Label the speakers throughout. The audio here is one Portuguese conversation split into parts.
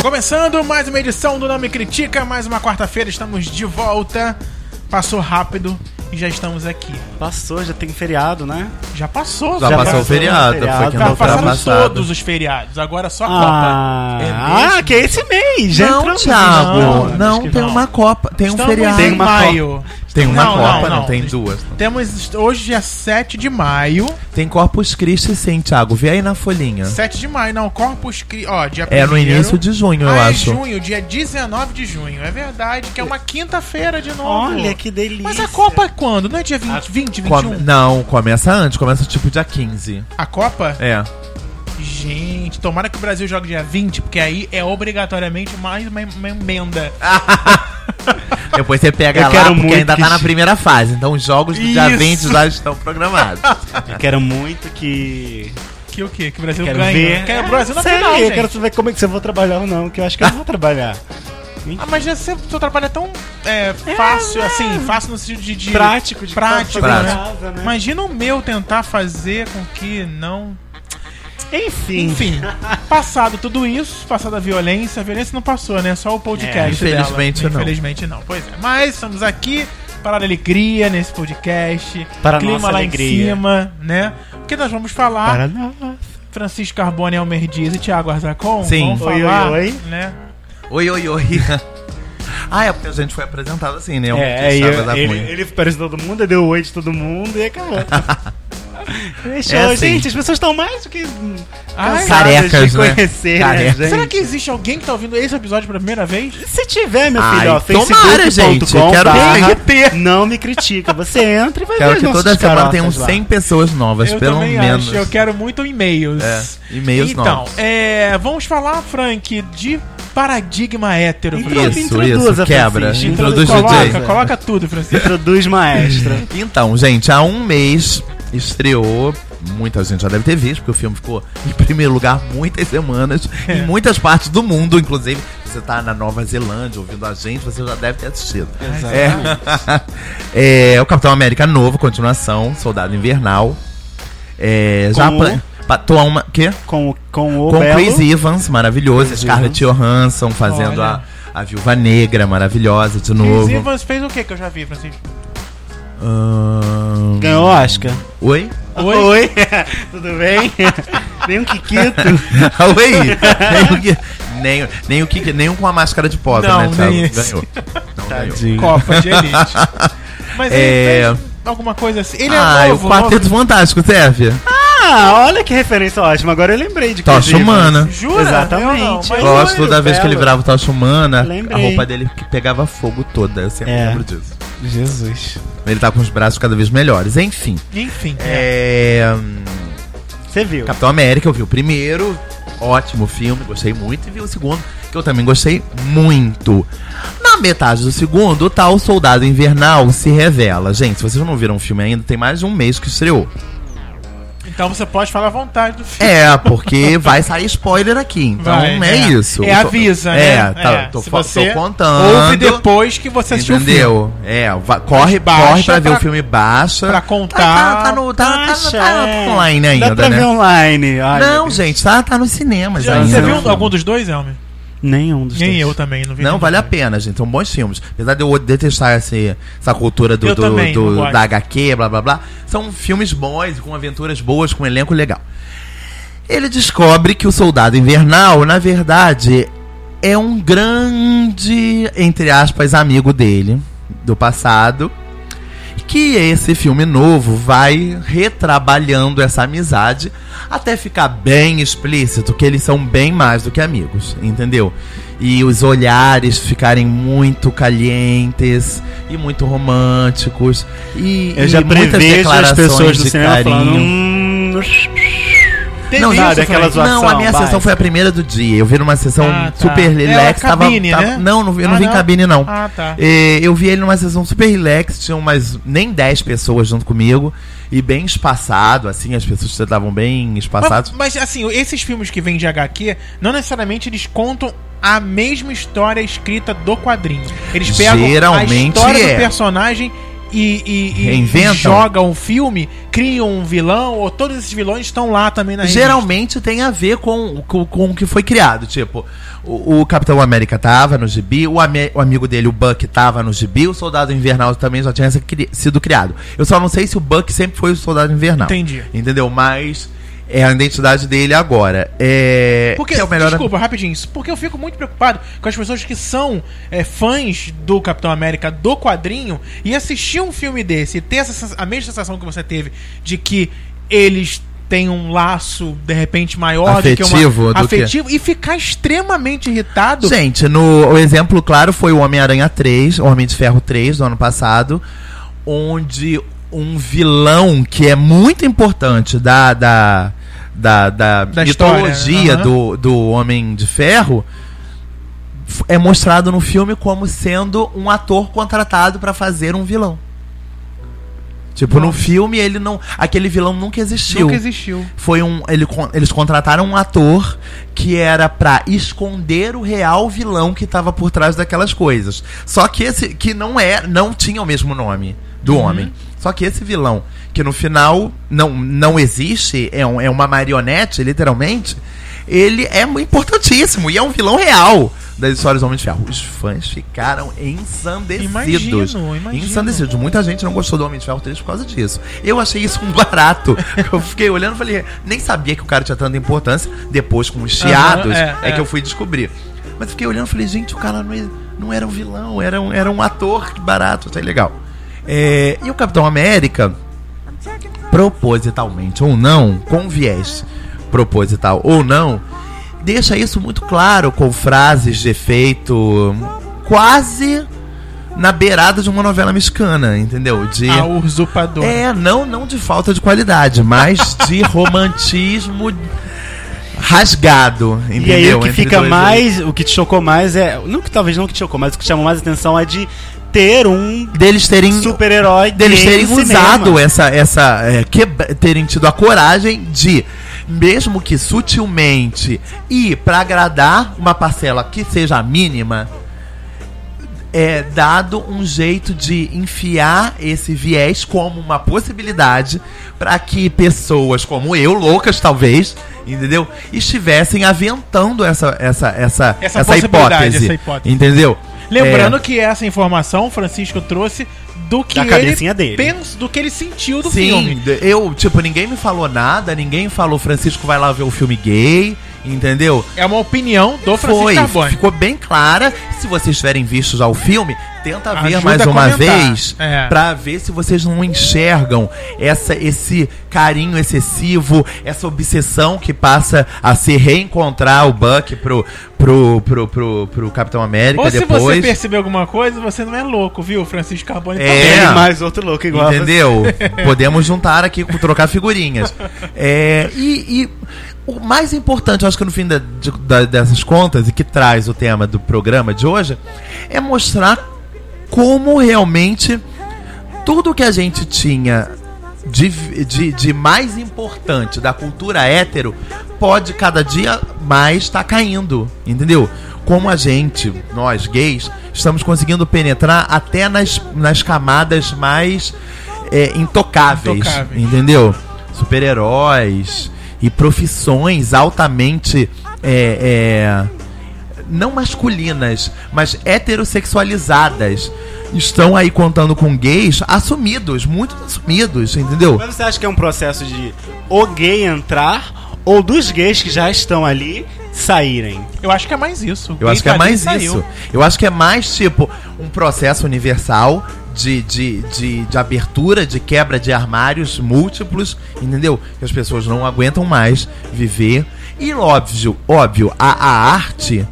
Speaker 1: Começando mais uma edição do Não Me Critica, mais uma quarta-feira, estamos de volta. Passou rápido e já estamos aqui.
Speaker 2: Passou, já tem feriado, né?
Speaker 1: Já passou,
Speaker 3: Já,
Speaker 1: né?
Speaker 3: passou o feriado,
Speaker 2: feriado.
Speaker 3: foi que
Speaker 1: Já
Speaker 3: não
Speaker 1: passaram
Speaker 3: ultrapassado.
Speaker 1: todos os feriados, agora é só a
Speaker 2: Ah, ah, que é esse mês! Já
Speaker 3: Não,
Speaker 2: entramos.
Speaker 3: Thiago,
Speaker 2: Não,
Speaker 3: não,
Speaker 2: acho que
Speaker 3: tem
Speaker 1: não.
Speaker 3: uma Copa, tem
Speaker 1: Copa.
Speaker 3: um feriado.
Speaker 1: Tem
Speaker 2: Tem
Speaker 1: em
Speaker 2: uma
Speaker 1: maio.
Speaker 3: Tem uma Copa, não, tem duas.
Speaker 1: Temos hoje dia 7 de maio.
Speaker 3: Tem Corpus Christi sim, Thiago, vê aí na folhinha.
Speaker 1: 7 de maio, não, Corpus Christi, ó, dia
Speaker 3: É no
Speaker 1: primeiro.
Speaker 3: início de junho, eu
Speaker 1: ah, é
Speaker 3: acho.
Speaker 1: junho, dia 19 de junho. É verdade, que é uma quinta-feira de novo.
Speaker 2: Olha que delícia!
Speaker 1: Mas a Copa é quando? Não é dia 20, 20 21?
Speaker 3: Come- Não, começa antes, começa tipo dia 15.
Speaker 1: A Copa?
Speaker 3: É.
Speaker 1: Gente, tomara que o Brasil jogue dia 20, porque aí é obrigatoriamente mais uma, uma emenda.
Speaker 3: Depois você pega
Speaker 2: Eu
Speaker 3: lá,
Speaker 2: quero
Speaker 3: porque
Speaker 2: muito
Speaker 3: ainda
Speaker 2: que
Speaker 3: tá na
Speaker 2: che-
Speaker 3: primeira fase. Então os jogos do dia
Speaker 1: Isso.
Speaker 3: 20 já estão programados.
Speaker 2: Eu quero muito que.
Speaker 1: Que o quê? Que o Brasil
Speaker 2: quero
Speaker 1: ganha. né?
Speaker 2: ver.
Speaker 1: Quero o Brasil na
Speaker 2: Sei,
Speaker 1: final,
Speaker 2: eu
Speaker 1: gente.
Speaker 2: quero saber como é que você vai trabalhar ou não, que eu acho que eu não vou trabalhar.
Speaker 1: Ah, mas já se seu trabalho é tão é, fácil, assim, fácil no sentido de... de-
Speaker 2: né? Prático, de
Speaker 1: prático,
Speaker 2: fazer em
Speaker 3: Prático.
Speaker 2: casa, né?
Speaker 1: Imagina o meu tentar fazer com que não...
Speaker 2: enfim.
Speaker 1: Enfim, passado tudo isso, passada a violência, a violência não passou, né? Só o podcast
Speaker 2: É,
Speaker 3: infelizmente
Speaker 1: dela.
Speaker 3: não.
Speaker 1: Infelizmente não. Pois é, mas estamos aqui para a alegria nesse podcast.
Speaker 2: Para
Speaker 1: clima
Speaker 2: nossa
Speaker 1: lá em
Speaker 2: alegria.
Speaker 1: cima, né? Porque nós vamos falar...
Speaker 2: Paraná.
Speaker 1: Francisco Carbone Almer Dias e Thiago Arzacon
Speaker 3: Sim.
Speaker 1: vão
Speaker 2: Oi,
Speaker 1: falar,
Speaker 2: oi, oi.
Speaker 1: né?
Speaker 3: oi, oi, oi. ah, é porque a gente foi apresentado assim, né?
Speaker 2: É, e
Speaker 3: eu, eu,
Speaker 2: ele, ele pareceu todo mundo, deu oi de todo mundo e acabou. Fechou,
Speaker 3: É assim.
Speaker 2: gente. As pessoas estão mais do que
Speaker 1: Ai,
Speaker 2: cansadas
Speaker 3: Carecas,
Speaker 2: de
Speaker 3: né?
Speaker 2: conhecer, né,
Speaker 3: Carecas.
Speaker 2: gente?
Speaker 1: Será que existe alguém que tá ouvindo esse episódio pela primeira vez?
Speaker 2: Se tiver, meu
Speaker 3: Ai,
Speaker 2: filho, ó,
Speaker 3: tomara, gente,
Speaker 2: facebook.com
Speaker 3: quero
Speaker 2: barra
Speaker 3: que
Speaker 2: não me critica. Você entra e
Speaker 1: É
Speaker 2: vai
Speaker 3: Quero
Speaker 2: ver
Speaker 3: que
Speaker 2: nossos
Speaker 3: toda semana
Speaker 2: caroças
Speaker 3: um tenham
Speaker 2: lá.
Speaker 3: 100 pessoas novas,
Speaker 1: eu
Speaker 3: pelo
Speaker 1: também
Speaker 3: menos.
Speaker 1: acho, eu quero muito e-mails.
Speaker 3: É, e-mails
Speaker 1: então,
Speaker 3: novos.
Speaker 1: é, vamos falar, Frank, de paradigma hétero.
Speaker 2: Então,
Speaker 1: Francisco.
Speaker 3: Isso,
Speaker 2: introduz
Speaker 3: isso,
Speaker 2: a
Speaker 3: quebra.
Speaker 2: Francisca.
Speaker 3: Introduz o
Speaker 1: coloca,
Speaker 3: DJ.
Speaker 1: coloca tudo, Francisco.
Speaker 2: Introduz maestra.
Speaker 3: Então, gente, há um mês estreou. Muita gente já deve ter visto, porque o filme ficou em primeiro lugar muitas semanas,
Speaker 1: É.
Speaker 3: em muitas partes do mundo, inclusive. Você tá na Nova Zelândia ouvindo a gente, você já deve ter assistido. É, é o Capitão América Novo, continuação, Soldado Invernal. É, já
Speaker 2: Com
Speaker 3: plan- pa- tô a uma. Quê?
Speaker 2: Com, o- com o
Speaker 3: Com
Speaker 2: Belo.
Speaker 3: Chris Evans, maravilhoso. Scarlett Johansson fazendo
Speaker 1: Olha.
Speaker 3: a, a Viúva Negra, maravilhosa, de novo.
Speaker 1: Chris Evans fez o que que eu já vi, Francisco?
Speaker 3: Ahn,
Speaker 2: Ganhou Oscar.
Speaker 3: Oi?
Speaker 1: Oi?
Speaker 2: Tudo bem? Nem um Kikito.
Speaker 3: Oi! nem, o que, nem, o- nem o que, nem o com a máscara de pobre,
Speaker 1: Não,
Speaker 3: né, Thiago?
Speaker 1: nem esse.
Speaker 3: Ganhou. Não ganhou.
Speaker 1: Copa de Elite. Mas
Speaker 3: É.
Speaker 1: ele fez alguma coisa assim. Ele
Speaker 3: ah,
Speaker 1: é
Speaker 3: e
Speaker 1: novo,
Speaker 3: o Quarteto
Speaker 1: novo.
Speaker 3: Fantástico, serve?
Speaker 2: Ah, olha que referência ótima. Agora eu lembrei de
Speaker 3: Tocha
Speaker 2: Chris Evans.
Speaker 3: humana.
Speaker 1: Jura? Eu
Speaker 2: Exatamente.
Speaker 1: não, mas-
Speaker 3: Gosto
Speaker 2: olha,
Speaker 3: toda vez que ele
Speaker 2: belo.
Speaker 3: virava o Tocha Humana, a
Speaker 2: Lembrei.
Speaker 3: roupa dele que pegava fogo toda. Eu sempre
Speaker 2: É.
Speaker 3: lembro disso.
Speaker 2: Jesus.
Speaker 3: Ele tá com os braços cada vez melhores. Enfim.
Speaker 1: Enfim.
Speaker 3: É, hum,
Speaker 2: Você viu?
Speaker 3: Capitão América, eu vi o primeiro. Ótimo filme, gostei muito. E vi o segundo, que eu também gostei muito. Na metade do segundo, tá o tal Soldado Invernal se revela. Gente, se vocês não viram o filme ainda, tem mais de um mês que estreou.
Speaker 1: Então você pode falar à vontade do filme.
Speaker 3: É, porque vai sair spoiler aqui. Então
Speaker 1: Vai,
Speaker 3: é,
Speaker 1: é.
Speaker 3: isso.
Speaker 1: É, avisa, né?
Speaker 3: É, tá,
Speaker 1: É,
Speaker 3: tô,
Speaker 1: se
Speaker 3: fa-
Speaker 1: você
Speaker 3: tô contando.
Speaker 1: Ouve depois que você assistiu o filme.
Speaker 3: Entendeu? É, va- corre,
Speaker 1: Mas baixa
Speaker 3: corre pra ver
Speaker 1: pra-
Speaker 3: o filme baixa.
Speaker 1: pra contar.
Speaker 3: Tá, tá no, tá, tá-
Speaker 2: Acha,
Speaker 3: tá
Speaker 2: é.
Speaker 3: online ainda,
Speaker 2: Dá pra ver
Speaker 3: né?
Speaker 2: online. olha.
Speaker 3: Não, gente, tá, tá nos cinemas
Speaker 1: Já-
Speaker 3: ainda.
Speaker 1: você
Speaker 2: não.
Speaker 1: viu algum dos dois, Elmer?
Speaker 2: Nenhum dos
Speaker 1: Nem
Speaker 2: dois.
Speaker 1: eu também, não vi.
Speaker 3: Não,
Speaker 1: nenhum.
Speaker 3: vale a pena, gente. São bons filmes. Apesar de eu detestar esse- essa cultura do,
Speaker 1: Eu
Speaker 3: do-
Speaker 1: também,
Speaker 3: do-
Speaker 1: não gosto.
Speaker 3: da HQ, blá blá blá. São filmes bons, com aventuras boas, com um elenco legal. Ele descobre que o soldado invernal, na verdade, é um grande, entre aspas, amigo dele, do passado. Que esse filme novo vai retrabalhando essa amizade até ficar bem explícito que eles são bem mais do que amigos, entendeu? E os olhares ficarem muito calientes e muito românticos. E,
Speaker 2: Eu já
Speaker 3: e muitas
Speaker 2: prevejo as
Speaker 3: declarações
Speaker 2: pessoas
Speaker 3: de
Speaker 2: do cinema
Speaker 3: carinho.
Speaker 2: falando... Hum,
Speaker 1: Teve
Speaker 3: Não,
Speaker 1: isso,
Speaker 2: sabe,
Speaker 1: Frank?
Speaker 2: aquelas- zoação,
Speaker 3: Não, a minha
Speaker 2: vai. É,
Speaker 3: sessão foi a primeira do dia. Eu vi numa sessão
Speaker 1: Ah, tá.
Speaker 3: super relax.
Speaker 1: Era cabine,
Speaker 3: tava,
Speaker 1: né?
Speaker 3: Não, não vi- eu não
Speaker 1: Ah,
Speaker 3: vi
Speaker 1: não.
Speaker 3: em cabine, não.
Speaker 1: Ah, tá.
Speaker 3: É, eu vi ele numa sessão super relax, tinham umas nem 10 pessoas junto comigo. E bem espaçado, assim, as pessoas estavam bem espaçadas.
Speaker 1: Mas, mas, assim, esses filmes que vêm de HQ, não necessariamente eles contam a mesma história escrita do quadrinho. Eles pegam a
Speaker 3: Geralmente
Speaker 1: história do
Speaker 3: é.
Speaker 1: personagem e, e- e
Speaker 3: Reinventam?
Speaker 1: joga um filme, cria um vilão, ou todos esses vilões estão lá também na revista.
Speaker 3: Geralmente tem a ver com, com, com o que foi criado. Tipo, o, o Capitão América tava no gibi, o, ame- o amigo dele, o Buck, tava no gibi, o Soldado Invernal também já tinha se cri- sido criado. Eu só não sei se o Buck sempre foi o Soldado Invernal.
Speaker 1: Entendi.
Speaker 3: Entendeu? Mas é a identidade dele agora. É,
Speaker 1: Porque,
Speaker 3: que é o melhor
Speaker 1: desculpa, rapidinho, isso- porque eu fico muito preocupado com as pessoas que são é, fãs do Capitão América do quadrinho e assistir um filme desse e ter essa, sens- a mesma sensação que você teve de que eles têm um laço, de repente, maior
Speaker 3: Afetivo
Speaker 1: do que
Speaker 3: do
Speaker 1: uma,
Speaker 3: que-
Speaker 1: afetivo e ficar extremamente irritado.
Speaker 3: Gente, no, o exemplo claro foi o Homem-Aranha 3, o Homem de Ferro 3 do ano passado, onde um vilão que é muito importante da, da, da, da,
Speaker 1: Da história, né?
Speaker 3: mitologia
Speaker 1: Aham.
Speaker 3: do, do Homem de Ferro f- é mostrado no filme como sendo um ator contratado para fazer um vilão. Tipo, no filme ele não. Aquele vilão nunca existiu
Speaker 1: Nunca existiu.
Speaker 3: foi um ele con- eles contrataram um ator que era pra esconder o real vilão que tava por trás daquelas coisas. Só que esse que não é, não tinha o mesmo nome do
Speaker 1: Uhum.
Speaker 3: homem. Só que esse vilão que no final não não existe, é, um- é uma marionete literalmente, ele é mu- importantíssimo e é um vilão real das histórias do Homem de Ferro. Os fãs ficaram ensandecidos.
Speaker 1: Imagino, imagino.
Speaker 3: Ensandecidos. Muita gente não gostou do Homem de Ferro 3 por causa disso. Eu achei isso um barato. Eu fiquei olhando e falei, nem sabia que o cara tinha tanta importância. Depois, com os chiados,
Speaker 1: Aham,
Speaker 3: é,
Speaker 1: é,
Speaker 3: que
Speaker 1: é.
Speaker 3: eu fui descobrir. Mas fiquei olhando e falei, gente, o cara não, é- não era um vilão, era um, era um ator que barato, achei legal. É, e o Capitão América, propositalmente ou não, com viés proposital ou não, deixa isso muito claro com frases de efeito quase na beirada de uma novela mexicana, entendeu? De
Speaker 2: Ah,
Speaker 1: A usurpadora.
Speaker 3: é, não, não de falta de qualidade, mas de romantismo rasgado, entendeu?
Speaker 2: E aí o que
Speaker 3: Entre
Speaker 2: fica
Speaker 3: dois-
Speaker 2: mais, o que te chocou mais é, não que talvez não que te chocou, mas o que chamou mais atenção é de ter um
Speaker 3: deles terem
Speaker 2: super-herói
Speaker 3: deles
Speaker 2: gay
Speaker 3: terem
Speaker 2: no cinema.
Speaker 3: usado essa essa é, quebra- terem tido a coragem de mesmo que sutilmente e pra agradar uma parcela que seja a mínima é dado um jeito de enfiar esse viés como uma possibilidade para que pessoas como eu, loucas talvez, entendeu? Estivessem aventando essa essa essa
Speaker 1: Essa possibilidade, essa hipótese.
Speaker 3: entendeu?
Speaker 1: Lembrando
Speaker 3: É.
Speaker 1: que essa informação o Francisco trouxe do que
Speaker 2: Da cabecinha
Speaker 1: ele
Speaker 2: dele.
Speaker 1: pensa, do que ele sentiu do
Speaker 3: Sim,
Speaker 1: filme.
Speaker 3: de- eu, tipo, ninguém me falou nada, ninguém falou, Francisco vai lá ver o filme gay, entendeu?
Speaker 1: É uma opinião do Francisco
Speaker 3: Foi,
Speaker 1: Carbone.
Speaker 3: ficou bem clara. Se vocês tiverem visto já o filme, tenta
Speaker 1: Ah, Ajuda
Speaker 3: ver mais
Speaker 1: a
Speaker 3: uma
Speaker 1: comentar.
Speaker 3: vez
Speaker 1: É.
Speaker 3: pra ver se vocês não enxergam essa, esse carinho excessivo, essa obsessão que passa a se reencontrar o Buck pro, pro, pro, pro, pro Capitão América
Speaker 1: Ou se você
Speaker 3: depois.
Speaker 1: perceber alguma coisa, você não é louco, viu? Francisco Carbone
Speaker 3: É.
Speaker 1: também.
Speaker 2: Tem mais outro louco igual a você.
Speaker 3: Entendeu? Podemos juntar aqui, com- trocar figurinhas. É, e, e o mais importante, eu acho que no fim da- de- da- dessas contas, e que traz o tema do programa de hoje, é mostrar como realmente tudo que a gente tinha de, de, de mais importante da cultura hétero pode cada dia mais estar caindo, entendeu? Como a gente, nós gays, estamos conseguindo penetrar até nas, nas camadas mais é, intocáveis,
Speaker 1: Intocáveis.
Speaker 3: entendeu? Super-heróis e profissões altamente. é, é, não masculinas, mas heterossexualizadas, estão aí contando com gays assumidos, muito assumidos, entendeu?
Speaker 2: Mas você acha que é um processo de o gay entrar ou dos gays que já estão ali saírem?
Speaker 1: Eu acho que é mais isso.
Speaker 3: Eu
Speaker 1: Quem
Speaker 3: acho que é
Speaker 1: tá ali
Speaker 3: mais
Speaker 1: saiu.
Speaker 3: isso. Eu acho que é mais tipo um processo universal de, de, de, de abertura, de quebra de armários múltiplos, entendeu? Que as pessoas não aguentam mais viver. E óbvio, óbvio, a, a arte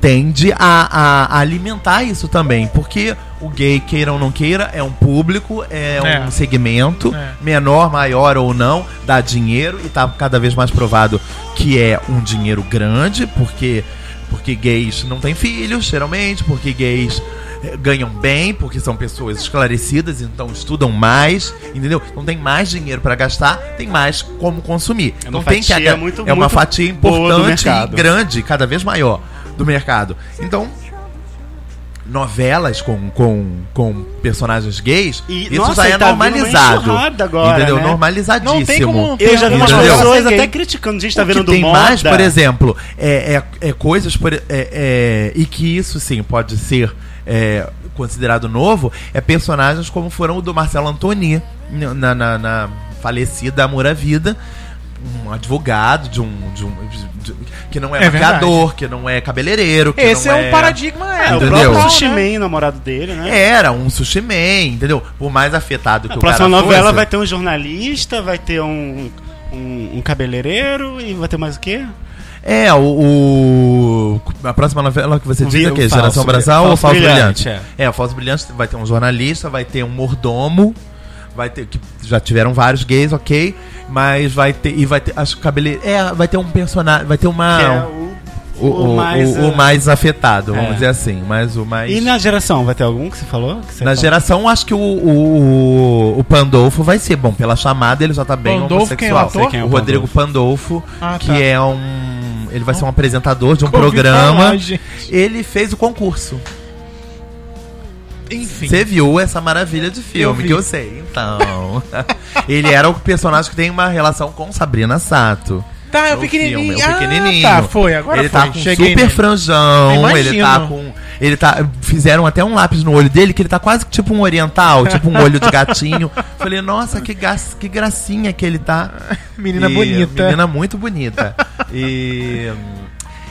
Speaker 3: tende a, a- a alimentar isso também. Porque o gay, queira ou não queira, é um público, é,
Speaker 1: É.
Speaker 3: um segmento,
Speaker 1: É.
Speaker 3: menor, maior ou não, dá dinheiro e tá cada vez mais provado que é um dinheiro grande, porque porque gays não têm filhos, geralmente, porque gays eh, ganham bem, porque são pessoas esclarecidas, então estudam mais, entendeu? Não tem mais dinheiro pra gastar, tem mais como consumir.
Speaker 2: É uma
Speaker 3: não tem
Speaker 2: fatia
Speaker 3: aga-
Speaker 2: muito-
Speaker 3: é uma
Speaker 2: muito
Speaker 3: fatia
Speaker 2: boa do
Speaker 3: importante e
Speaker 2: mercado.
Speaker 3: grande, cada vez maior do mercado. Então, novelas com, com, com personagens gays,
Speaker 2: E,
Speaker 3: isso
Speaker 2: nossa,
Speaker 3: já
Speaker 2: e
Speaker 3: é
Speaker 2: tá vindo uma
Speaker 3: normalizado.
Speaker 2: enxurrada agora,
Speaker 3: entendeu?
Speaker 2: né?
Speaker 3: Normalizadíssimo.
Speaker 1: Não tem como-
Speaker 2: Eu já vi umas
Speaker 3: Entendeu?
Speaker 2: pessoas até
Speaker 1: Gay.
Speaker 2: criticando, gente, tá
Speaker 3: O que
Speaker 2: vendo do
Speaker 3: tem
Speaker 2: moda.
Speaker 3: mais, por exemplo, é, é- é coisas por- é- é- e que isso sim pode ser é, considerado novo, é personagens como foram o do Marcelo Antoni n- na, na- na falecida Amor à Vida, um advogado de um, de um- de- de- que não
Speaker 1: É
Speaker 3: é, maquiador, que não é cabeleireiro, que
Speaker 1: Esse é
Speaker 3: não
Speaker 1: um paradigma, é.
Speaker 2: É, o
Speaker 1: total,
Speaker 3: Entendeu?
Speaker 2: próprio
Speaker 1: né?
Speaker 2: Sushi Man, namorado dele, né?
Speaker 3: Era um sushi man, entendeu? Por mais afetado que
Speaker 2: A
Speaker 3: o
Speaker 2: próxima
Speaker 3: cara
Speaker 2: novela
Speaker 3: fosse.
Speaker 2: vai ter um jornalista, vai ter um, um, um cabeleireiro e vai ter mais o quê?
Speaker 3: É, o, o- A próxima novela que você
Speaker 2: O
Speaker 3: diz é
Speaker 2: vi-
Speaker 3: o
Speaker 2: o
Speaker 3: quê?
Speaker 2: falso,
Speaker 3: Geração Brasil
Speaker 2: falso
Speaker 3: ou Falso Brilhante?
Speaker 2: Brilhante,
Speaker 3: É. o Falso Brilhante vai ter um jornalista, vai ter um mordomo, vai ter. Que já tiveram vários gays, ok. Mas vai ter. E vai ter. Acho que cabele. É, vai ter um personagem. Vai ter uma.
Speaker 2: Que é o-
Speaker 3: Ah, o, o- o-
Speaker 2: mais,
Speaker 3: o
Speaker 2: ah,
Speaker 3: mais afetado,
Speaker 2: é.
Speaker 3: vamos dizer assim. Mas o mais.
Speaker 2: E na geração, vai ter algum que você falou? Que você
Speaker 3: Na
Speaker 2: falou?
Speaker 3: geração, acho que o, o, o Pandolfo vai ser. Bom, pela chamada ele já tá bem
Speaker 1: Pandolfo, quem é o
Speaker 3: homossexual.
Speaker 1: ator? Sei
Speaker 2: quem é
Speaker 3: o
Speaker 2: o
Speaker 3: Rodrigo Pandolfo,
Speaker 1: Ah,
Speaker 3: que
Speaker 1: tá.
Speaker 3: é um. Ele vai ser um apresentador de um
Speaker 1: Nunca ouvi
Speaker 3: programa.
Speaker 1: falar, gente.
Speaker 3: ele fez o concurso.
Speaker 1: Enfim.
Speaker 3: Você viu essa maravilha de filme,
Speaker 1: vi.
Speaker 3: que eu sei, então. ele era o personagem que tem uma relação com Sabrina Sato.
Speaker 1: Tá, é o
Speaker 3: no
Speaker 1: pequenininho.
Speaker 3: filme, é o pequenininho.
Speaker 1: Ah, tá, foi. Agora
Speaker 3: ele
Speaker 1: foi.
Speaker 3: tá com
Speaker 1: Cheguei
Speaker 3: super
Speaker 1: nele.
Speaker 3: franjão,
Speaker 1: Eu
Speaker 3: ele
Speaker 1: imagino.
Speaker 3: tá com. Ele tá. Fizeram até um lápis no olho dele, que ele tá quase que tipo um oriental, tipo um olho de gatinho. Falei, nossa, que, gas, que gracinha que ele tá.
Speaker 1: Menina
Speaker 3: E-
Speaker 1: bonita.
Speaker 3: Menina muito bonita. E.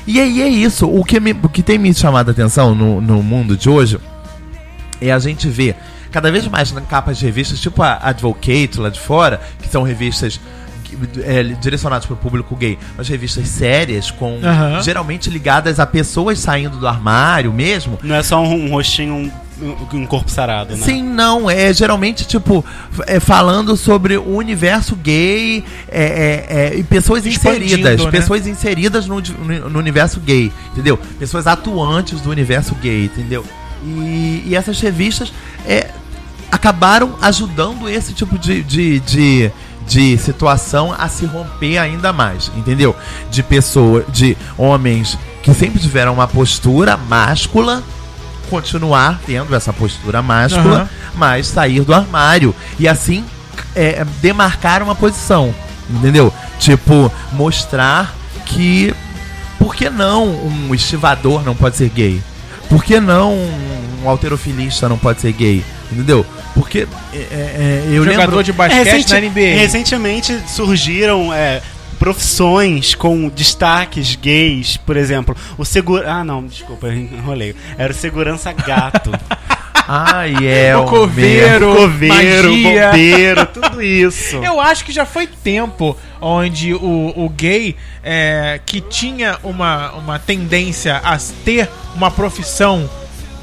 Speaker 3: E aí é isso. O que, me- o que tem me chamado a atenção no, no mundo de hoje é a gente ver cada vez mais na capas de revistas, tipo a Advocate lá de fora, que são revistas é, direcionadas para o público gay, mas revistas sérias, com
Speaker 1: Aham.
Speaker 3: geralmente ligadas a pessoas saindo do armário mesmo.
Speaker 2: Não é só um, um rostinho, um, um corpo sarado, né?
Speaker 3: Sim, não. É geralmente, tipo, f- é, falando sobre o universo gay é, é, é, e pessoas
Speaker 1: Expandindo,
Speaker 3: inseridas.
Speaker 1: né?
Speaker 3: Pessoas inseridas no, di- no- no universo gay, entendeu? Pessoas atuantes do universo gay, entendeu? E, e essas revistas é, acabaram ajudando esse tipo de. de, de de situação a se romper ainda mais, entendeu? De pessoa, de homens que sempre tiveram uma postura máscula, continuar tendo essa postura máscula,
Speaker 1: Aham.
Speaker 3: mas sair do armário e assim é, demarcar uma posição, entendeu? Tipo, mostrar que por que não um estivador não pode ser gay? Por que não um alterofilista não pode ser gay? Entendeu? Porque é, é, é, eu
Speaker 1: Jogador
Speaker 3: lembro...
Speaker 1: de
Speaker 2: É,
Speaker 1: basquete
Speaker 2: recente-
Speaker 1: na NBA.
Speaker 2: Recentemente surgiram é, profissões com destaques gays, por exemplo. O segura. Ah, não, desculpa, eu enrolei. Era o segurança gato.
Speaker 3: Ai, é
Speaker 1: O
Speaker 3: o
Speaker 1: coveiro.
Speaker 3: meu.
Speaker 2: coveiro,
Speaker 1: magia.
Speaker 2: bombeiro, tudo isso.
Speaker 3: É um
Speaker 1: Eu acho que já foi tempo onde o, o gay é, que tinha uma, uma tendência a ter uma profissão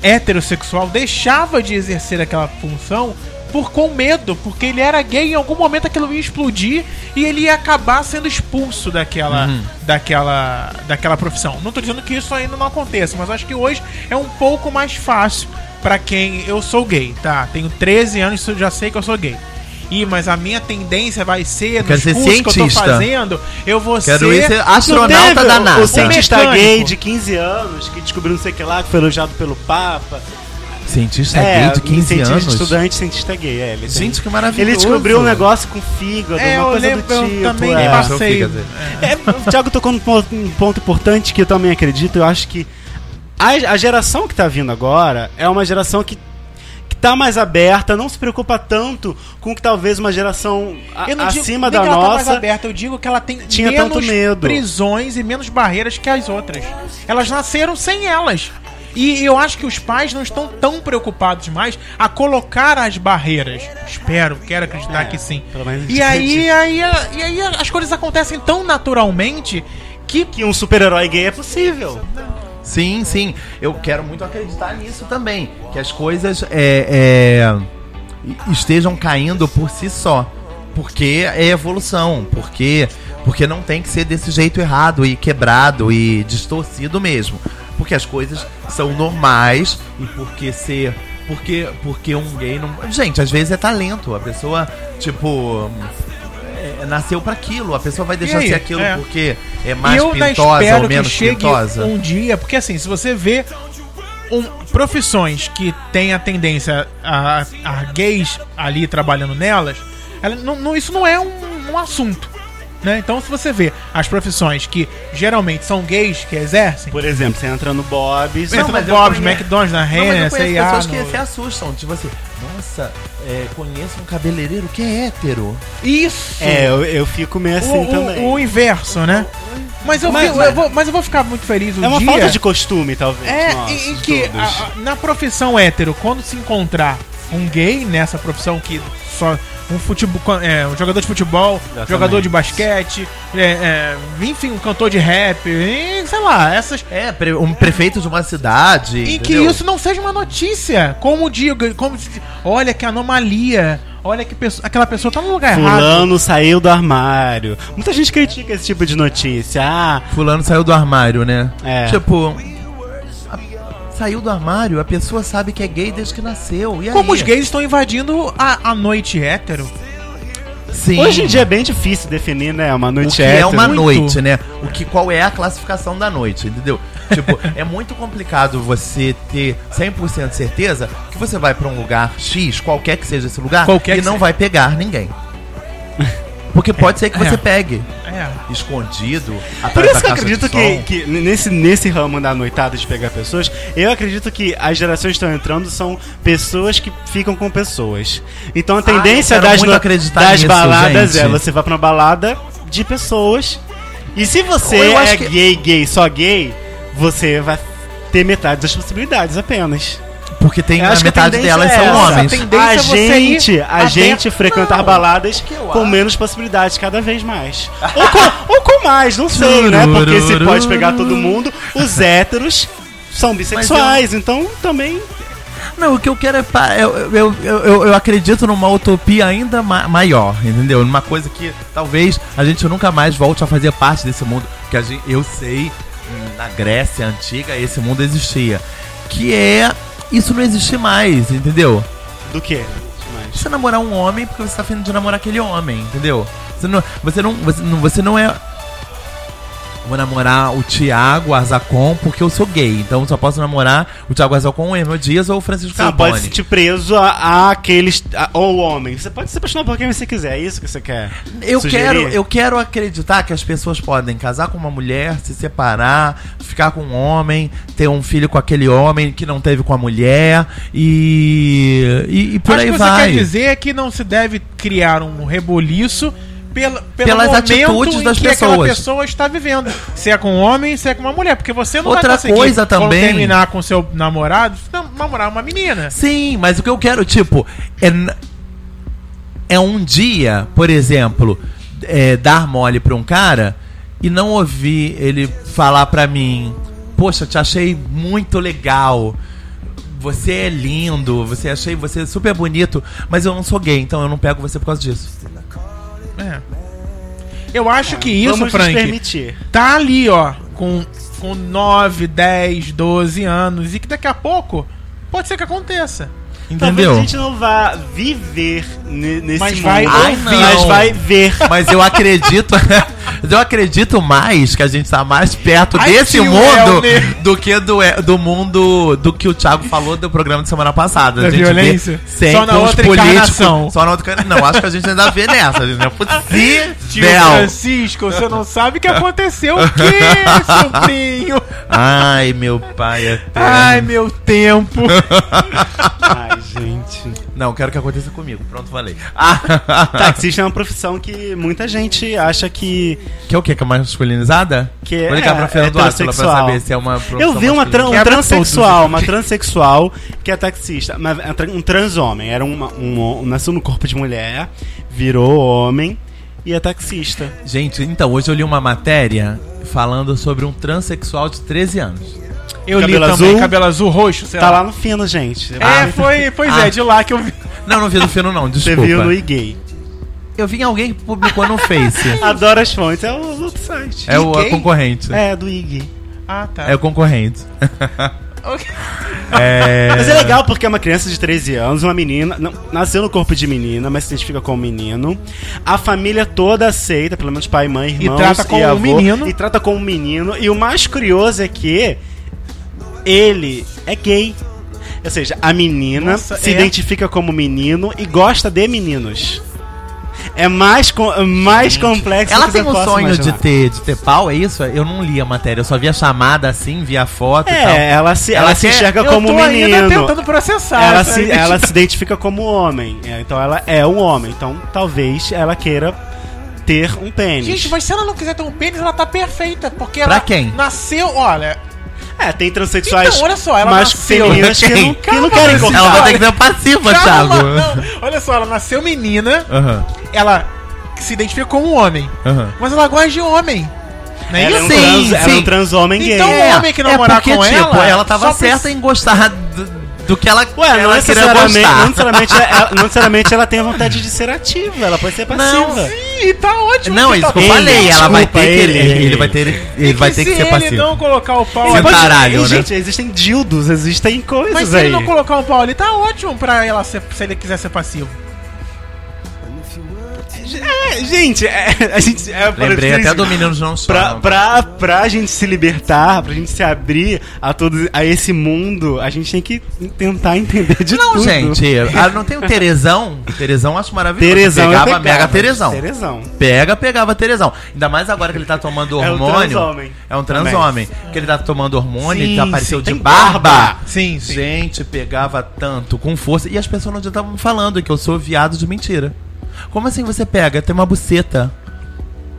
Speaker 1: heterossexual deixava de exercer aquela função por com medo, porque ele era gay em algum momento aquilo ia explodir e ele ia acabar sendo expulso daquela, daquela, daquela profissão. Não tô dizendo que isso ainda não aconteça, mas acho que hoje é um pouco mais fácil pra quem eu sou gay, tá? Tenho 13 anos, eu já sei que eu sou gay. Ih, mas a minha tendência vai ser,
Speaker 3: Quero ser
Speaker 1: cursos que eu tô
Speaker 3: cientista.
Speaker 1: fazendo, eu vou
Speaker 3: Quero ir
Speaker 1: ser...
Speaker 3: ser astronauta
Speaker 2: Teve
Speaker 3: da
Speaker 2: o-
Speaker 3: NASA.
Speaker 2: O cientista
Speaker 1: mecânico.
Speaker 2: Um gay de 15 anos que descobriu não sei o que lá, que foi elogiado pelo Papa.
Speaker 3: Cientista gay de 15
Speaker 2: É, cientista,
Speaker 3: anos.
Speaker 2: Estudante, cientista gay, é. Ele, tem-
Speaker 3: Gente, que maravilhoso.
Speaker 2: ele descobriu um negócio com fígado,
Speaker 1: É,
Speaker 2: uma
Speaker 1: eu
Speaker 2: coisa
Speaker 1: lembro,
Speaker 2: do
Speaker 1: eu
Speaker 2: tipo.
Speaker 1: também
Speaker 2: é.
Speaker 3: mas-
Speaker 1: passei...
Speaker 3: Fica-
Speaker 2: É, o Thiago tocou num ponto, um ponto importante que eu também acredito. Eu acho que a, a geração que tá vindo agora é uma geração que, que tá mais aberta, não se preocupa tanto com que talvez uma geração a-
Speaker 1: Eu não digo
Speaker 2: acima
Speaker 1: nem que
Speaker 2: da
Speaker 1: ela tá mais
Speaker 2: nossa.
Speaker 1: aberta, eu digo que ela tem
Speaker 2: Tinha
Speaker 1: menos
Speaker 2: tanto medo.
Speaker 1: prisões e menos barreiras que as outras. Elas nasceram sem elas. E eu acho que os pais não estão tão preocupados mais a colocar as barreiras. Espero, quero acreditar
Speaker 2: É,
Speaker 1: que sim.
Speaker 2: pelo menos
Speaker 1: E
Speaker 2: a
Speaker 1: aí,
Speaker 2: gente-
Speaker 1: aí, e aí as coisas acontecem tão naturalmente que
Speaker 2: que um super-herói gay é possível.
Speaker 3: Sim, sim. Eu quero muito acreditar nisso também. Que as coisas é, é, estejam caindo por si só. Porque é evolução. Porque, porque não tem que ser desse jeito errado e quebrado e distorcido mesmo. Porque as coisas são normais e porque ser. Porque, porque um gay não. Gente, às vezes é talento. A pessoa, tipo. é, nasceu pra aquilo. A pessoa vai deixar
Speaker 1: aí?
Speaker 3: ser aquilo
Speaker 1: É.
Speaker 3: porque é
Speaker 1: e
Speaker 3: mais
Speaker 1: eu ainda
Speaker 3: pintosa
Speaker 1: espero
Speaker 3: ou
Speaker 1: que
Speaker 3: menos
Speaker 1: chegue
Speaker 3: pintosa.
Speaker 1: um dia, porque assim, se você vê um- profissões que têm a tendência a, a gays ali trabalhando nelas, ela não- não- isso não é um, um assunto. Né? Então, se você vê as profissões que geralmente são gays que exercem,
Speaker 2: Por exemplo, você entra no Bob's.
Speaker 1: Entra
Speaker 3: Não,
Speaker 1: no
Speaker 3: mas é eu
Speaker 1: Bob's,
Speaker 3: conheço-
Speaker 1: McDonald's, na
Speaker 3: É, ah, Não, mas
Speaker 1: Renner, C&A.
Speaker 3: eu conheço pessoas que
Speaker 1: no-
Speaker 3: se assustam. Tipo assim, nossa, é, conheço um cabeleireiro que é hétero.
Speaker 1: Isso!
Speaker 2: É, eu, eu fico meio
Speaker 1: o,
Speaker 2: assim
Speaker 1: o-
Speaker 2: também.
Speaker 1: o inverso, né? Mas eu,
Speaker 2: Mas-
Speaker 3: é-
Speaker 1: fico- eu vou, mas eu vou ficar muito feliz um
Speaker 2: é uma
Speaker 1: dia.
Speaker 2: falta de costume, talvez.
Speaker 1: É,
Speaker 2: nossa,
Speaker 1: em, em
Speaker 2: de
Speaker 1: que
Speaker 2: todos.
Speaker 1: a- a- na profissão hétero, quando se encontrar um gay nessa profissão que só um futebol, é, um jogador de futebol,
Speaker 2: Exatamente.
Speaker 1: jogador de basquete, é, é, enfim, um cantor de rap, e, sei lá, essas.
Speaker 3: É, pre- um prefeito de uma cidade.
Speaker 1: E que
Speaker 3: entendeu?
Speaker 1: isso não seja uma notícia, como diga, como se- olha que anomalia, olha que pessoa, aquela pessoa tá no lugar errado.
Speaker 2: Fulano saiu do armário. Muita gente critica esse tipo de notícia. Ah,
Speaker 3: Fulano saiu do armário, né?
Speaker 2: É.
Speaker 3: Tipo. a- saiu do armário, a pessoa sabe que é gay desde que nasceu. E
Speaker 1: Como
Speaker 2: é
Speaker 3: aí?
Speaker 1: os gays estão invadindo a, a noite hétero?
Speaker 3: Sim.
Speaker 2: hoje em dia é bem difícil definir, né? Uma
Speaker 3: O
Speaker 2: noite
Speaker 3: que é
Speaker 2: hétero.
Speaker 3: uma
Speaker 1: muito.
Speaker 3: noite, né? O que, qual é a classificação da noite, entendeu? Tipo, é muito complicado você ter 100% de certeza que você vai pra um lugar X, qualquer que seja esse lugar,
Speaker 1: Qualquer
Speaker 3: e
Speaker 1: que
Speaker 3: não
Speaker 1: seja.
Speaker 3: vai pegar ninguém. Porque pode ser que você
Speaker 1: é.
Speaker 3: pegue
Speaker 1: É.
Speaker 3: escondido.
Speaker 2: Por
Speaker 3: atrás
Speaker 2: isso
Speaker 3: da
Speaker 2: que eu
Speaker 3: caixa de
Speaker 2: acredito que,
Speaker 3: som.
Speaker 2: que nesse, nesse ramo da noitada de pegar pessoas, eu acredito que as gerações que estão entrando são pessoas que ficam com pessoas. Então a tendência
Speaker 3: Ah, eu quero
Speaker 2: das,
Speaker 3: muito
Speaker 2: no-
Speaker 3: acreditar
Speaker 2: das
Speaker 3: nisso,
Speaker 2: baladas
Speaker 3: gente.
Speaker 2: é você vai pra uma balada de pessoas. E se você
Speaker 3: Eu acho
Speaker 2: é
Speaker 3: que-
Speaker 2: gay, gay, só gay, você vai ter metade das possibilidades apenas.
Speaker 3: Porque tem
Speaker 2: Eu
Speaker 3: a
Speaker 2: acho que a
Speaker 3: metade
Speaker 2: tendência
Speaker 3: delas
Speaker 2: é
Speaker 3: são
Speaker 2: essa.
Speaker 3: homens.
Speaker 1: Tem-
Speaker 2: A
Speaker 1: Tendência é você ir
Speaker 2: gente, a
Speaker 1: aberto-
Speaker 2: gente frequentar
Speaker 1: Não,
Speaker 2: baladas
Speaker 3: que eu
Speaker 2: com
Speaker 3: acho.
Speaker 2: menos possibilidades cada vez mais. Ou com, ou com mais, não sei, né? Porque se
Speaker 3: Turururu.
Speaker 2: pode pegar todo mundo, os héteros são bissexuais, então também.
Speaker 3: Não, o que eu quero é. pa- Eu, eu, eu, eu- eu acredito numa utopia ainda ma- maior, entendeu? Numa coisa que talvez a gente nunca mais volte a fazer parte desse mundo. Que a gente, eu sei, hum, na Grécia antiga, esse mundo existia. Que é. Isso não existe mais, entendeu?
Speaker 2: Do quê?
Speaker 3: Você namorar um homem porque você tá afim de namorar aquele homem, entendeu? Você não, você não, você não, você não é. Vou namorar o Thiago Arzacon porque eu sou gay. Então só posso namorar o Thiago Arzacon, o Emel Dias ou o Francisco
Speaker 2: Você não pode
Speaker 3: Carbone.
Speaker 2: se sentir preso a, a aqueles. a- ou homem. Você pode se apaixonar por quem você quiser, é isso que você quer.
Speaker 3: Eu
Speaker 2: sugerir?
Speaker 3: quero, eu quero acreditar que as pessoas podem casar com uma mulher, se separar, ficar com um homem, ter um filho com aquele homem que não teve com a mulher e e, e por
Speaker 1: Acho
Speaker 3: aí
Speaker 1: que você
Speaker 3: vai.
Speaker 1: quer dizer é que não se deve criar um reboliço pela, pelo
Speaker 3: Pelas
Speaker 1: momento
Speaker 3: atitudes
Speaker 1: em
Speaker 3: das
Speaker 1: que aquela
Speaker 3: pessoas.
Speaker 1: pessoa está vivendo. Se é com um homem, se é com uma mulher. Porque você não
Speaker 3: Outra
Speaker 1: vai conseguir
Speaker 3: coisa
Speaker 1: quando
Speaker 3: também-
Speaker 1: terminar com seu namorado, nam- namorar uma menina.
Speaker 3: Sim, mas o que eu quero, tipo, é, n- é um dia, por exemplo, é, dar mole pra um cara e não ouvir ele falar pra mim: Poxa, te achei muito legal. Você é lindo, você achei você super bonito, mas eu não sou gay, então eu não pego você por causa disso.
Speaker 1: É. Eu acho que isso,
Speaker 2: Vamos nos
Speaker 1: Frank,
Speaker 2: permitir.
Speaker 1: tá ali, ó, com, com 9, 10, 12 anos. E que daqui a pouco pode ser que aconteça.
Speaker 2: Talvez
Speaker 3: Entendeu?
Speaker 2: a gente não vá viver ne- nesse
Speaker 1: Mas
Speaker 2: mundo.
Speaker 1: vai
Speaker 3: Ai, ouvir. não.
Speaker 2: mas vai ver.
Speaker 3: Mas eu acredito. eu acredito mais que a gente tá mais perto
Speaker 1: Ai,
Speaker 3: desse
Speaker 1: tio
Speaker 3: mundo
Speaker 1: Elner.
Speaker 3: do que do, é, do mundo do que o Thiago falou do programa de semana passada.
Speaker 1: Da
Speaker 3: a gente
Speaker 1: violência?
Speaker 3: vê sempre
Speaker 1: Só na
Speaker 3: os
Speaker 1: outra
Speaker 3: políticos-
Speaker 1: encarnação.
Speaker 3: Só na outra encarnação. Não, acho que a gente ainda vê nessa. gente. Não é
Speaker 1: Tio
Speaker 3: possível.
Speaker 1: Francisco, você não sabe o que aconteceu, o quê, sobrinho?
Speaker 3: Ai, meu pai. é eterno.
Speaker 1: Ai, meu tempo.
Speaker 2: Ai, gente.
Speaker 3: Não, quero que aconteça comigo. Pronto, falei. Ah,
Speaker 2: Taxista é uma profissão que muita gente acha que.
Speaker 3: Que é o quê? Que é masculinizada?
Speaker 2: Que é-
Speaker 3: Vou ligar pra Fernando Átila pra
Speaker 2: heterossexual.
Speaker 3: saber se é uma
Speaker 2: Eu vi uma
Speaker 1: Que
Speaker 2: tran-
Speaker 3: transformação.
Speaker 2: um
Speaker 1: é pra
Speaker 2: transexual, uma transexual que é taxista, uma- é tra- um transhomem, era uma, um, um- nasceu no corpo de mulher, virou homem e é taxista.
Speaker 3: Gente, então, hoje eu li uma matéria falando sobre um transexual de 13 anos.
Speaker 1: Eu
Speaker 2: Cabelo
Speaker 1: li também
Speaker 2: azul.
Speaker 1: cabelo azul roxo, sei
Speaker 2: Tá lá no fino, gente.
Speaker 1: É, foi, pois
Speaker 3: Ah.
Speaker 1: é, de lá que eu vi.
Speaker 3: Não, não vi no fino, não,
Speaker 2: Você
Speaker 3: desculpa.
Speaker 2: viu o Louis Gay.
Speaker 3: Eu vi em alguém que publicou no Face.
Speaker 2: Adoro as fontes, é o outro site.
Speaker 3: é o a
Speaker 1: Ninguém?
Speaker 3: concorrente. É.
Speaker 2: É, do IG.
Speaker 1: Ah, tá.
Speaker 3: o concorrente.
Speaker 1: Ok.
Speaker 3: É...
Speaker 2: Mas é legal porque é uma criança de 13 anos, uma menina, não, nasceu no corpo de menina, mas se identifica como menino. A família toda aceita, pelo menos pai, mãe, irmãos
Speaker 1: trata como um
Speaker 2: avô,
Speaker 1: menino.
Speaker 2: E trata como um menino. E o mais curioso é que ele é gay. Ou seja, a menina
Speaker 1: Nossa,
Speaker 2: se
Speaker 1: é.
Speaker 2: identifica como menino e gosta de meninos. É mais, com- mais complexo
Speaker 3: Ela
Speaker 2: do que
Speaker 3: tem
Speaker 2: você
Speaker 3: um
Speaker 2: possa
Speaker 3: sonho de
Speaker 2: imaginar.
Speaker 3: ter, de ter pau, é isso? Eu não li a matéria, eu só vi a chamada assim, vi a foto e tal.
Speaker 2: É, ela se, ela
Speaker 3: Ela
Speaker 2: se
Speaker 3: quer-
Speaker 2: enxerga
Speaker 1: Eu
Speaker 2: como
Speaker 1: tô
Speaker 2: um
Speaker 1: ainda
Speaker 2: menino.
Speaker 1: tentando processar.
Speaker 2: Ela
Speaker 1: essa
Speaker 2: se,
Speaker 1: identidade.
Speaker 2: ela se identifica como homem. É, Então ela é um homem. Então talvez ela queira ter um pênis.
Speaker 1: Gente, mas se ela não quiser ter um pênis, ela tá perfeita. Porque
Speaker 3: Pra
Speaker 1: ela
Speaker 3: quem?
Speaker 1: nasceu, olha.
Speaker 2: É, tem transexuais.
Speaker 1: Então, olha só, ela
Speaker 2: mas
Speaker 1: nasceu- né?
Speaker 2: femininas que não, que
Speaker 1: Calma,
Speaker 2: não querem
Speaker 1: Luciano.
Speaker 3: Ela
Speaker 2: cortar.
Speaker 3: vai ter que ser passiva, Thiago.
Speaker 1: Calma, não. Olha só, ela nasceu menina,
Speaker 3: Aham,
Speaker 1: ela se identifica como um homem.
Speaker 3: ahã.
Speaker 1: Mas ela gosta de homem. Não é
Speaker 2: Ela é
Speaker 1: isso?
Speaker 2: um
Speaker 3: Sim,
Speaker 2: trans,
Speaker 3: sim.
Speaker 2: ela é um trans homem gay.
Speaker 1: Então,
Speaker 3: É,
Speaker 1: um homem que namorar
Speaker 3: porque,
Speaker 1: com
Speaker 3: tipo,
Speaker 1: ela,
Speaker 3: ela tava
Speaker 1: só precisa-
Speaker 3: certa em gostar do, do que ela,
Speaker 2: Ué, não
Speaker 3: ela queria
Speaker 2: necessariamente, não,
Speaker 3: gostar.
Speaker 2: necessariamente é- ela, não necessariamente ela tem a vontade de ser ativa, ela pode ser passiva.
Speaker 1: Sim, e tá ótimo.
Speaker 3: Não, é
Speaker 1: que tá
Speaker 3: isso que eu
Speaker 2: Ele,
Speaker 3: falei, ela vai
Speaker 2: desculpa,
Speaker 3: ter que. Ele,
Speaker 2: ele.
Speaker 3: ele vai ter, ele
Speaker 1: E
Speaker 3: vai ter que
Speaker 1: se
Speaker 3: ser
Speaker 1: ele
Speaker 3: passivo.
Speaker 1: não colocar o pau
Speaker 3: Ele
Speaker 1: ali.
Speaker 2: Pode-
Speaker 3: Caralho,
Speaker 2: e,
Speaker 3: né?
Speaker 2: Gente, existem dildos, existem coisas
Speaker 1: Mas se
Speaker 2: aí.
Speaker 1: ele não colocar um pau ali, tá ótimo pra ela ser, se ele quiser ser passivo.
Speaker 2: É, gente, é, a gente é, por
Speaker 3: Lembrei
Speaker 2: exemplo,
Speaker 3: até do Meninos Não
Speaker 2: Pra,
Speaker 3: Choram.
Speaker 2: pra, pra gente se libertar, pra gente se abrir a todo a esse mundo, a gente tem que tentar entender de
Speaker 3: Não,
Speaker 2: tudo.
Speaker 3: gente, ah, não tem o Terezão? Terezão eu acho maravilhoso.
Speaker 2: Terezão
Speaker 3: pegava,
Speaker 2: eu pegava.
Speaker 3: mega Terezão.
Speaker 2: Terezão.
Speaker 3: Pega, pegava Terezão. Ainda mais agora que ele tá tomando
Speaker 2: É um
Speaker 3: hormônio.
Speaker 2: transhomem.
Speaker 3: É um transhomem. Que ele tá tomando hormônio
Speaker 2: Sim,
Speaker 3: e apareceu
Speaker 2: sim,
Speaker 3: de
Speaker 2: tem
Speaker 3: barba.
Speaker 2: barba.
Speaker 1: um Sim,
Speaker 3: Gente, pegava tanto, com força. E as pessoas no dia estavam falando que eu sou viado de mentira. Como assim você pega? Tem uma buceta.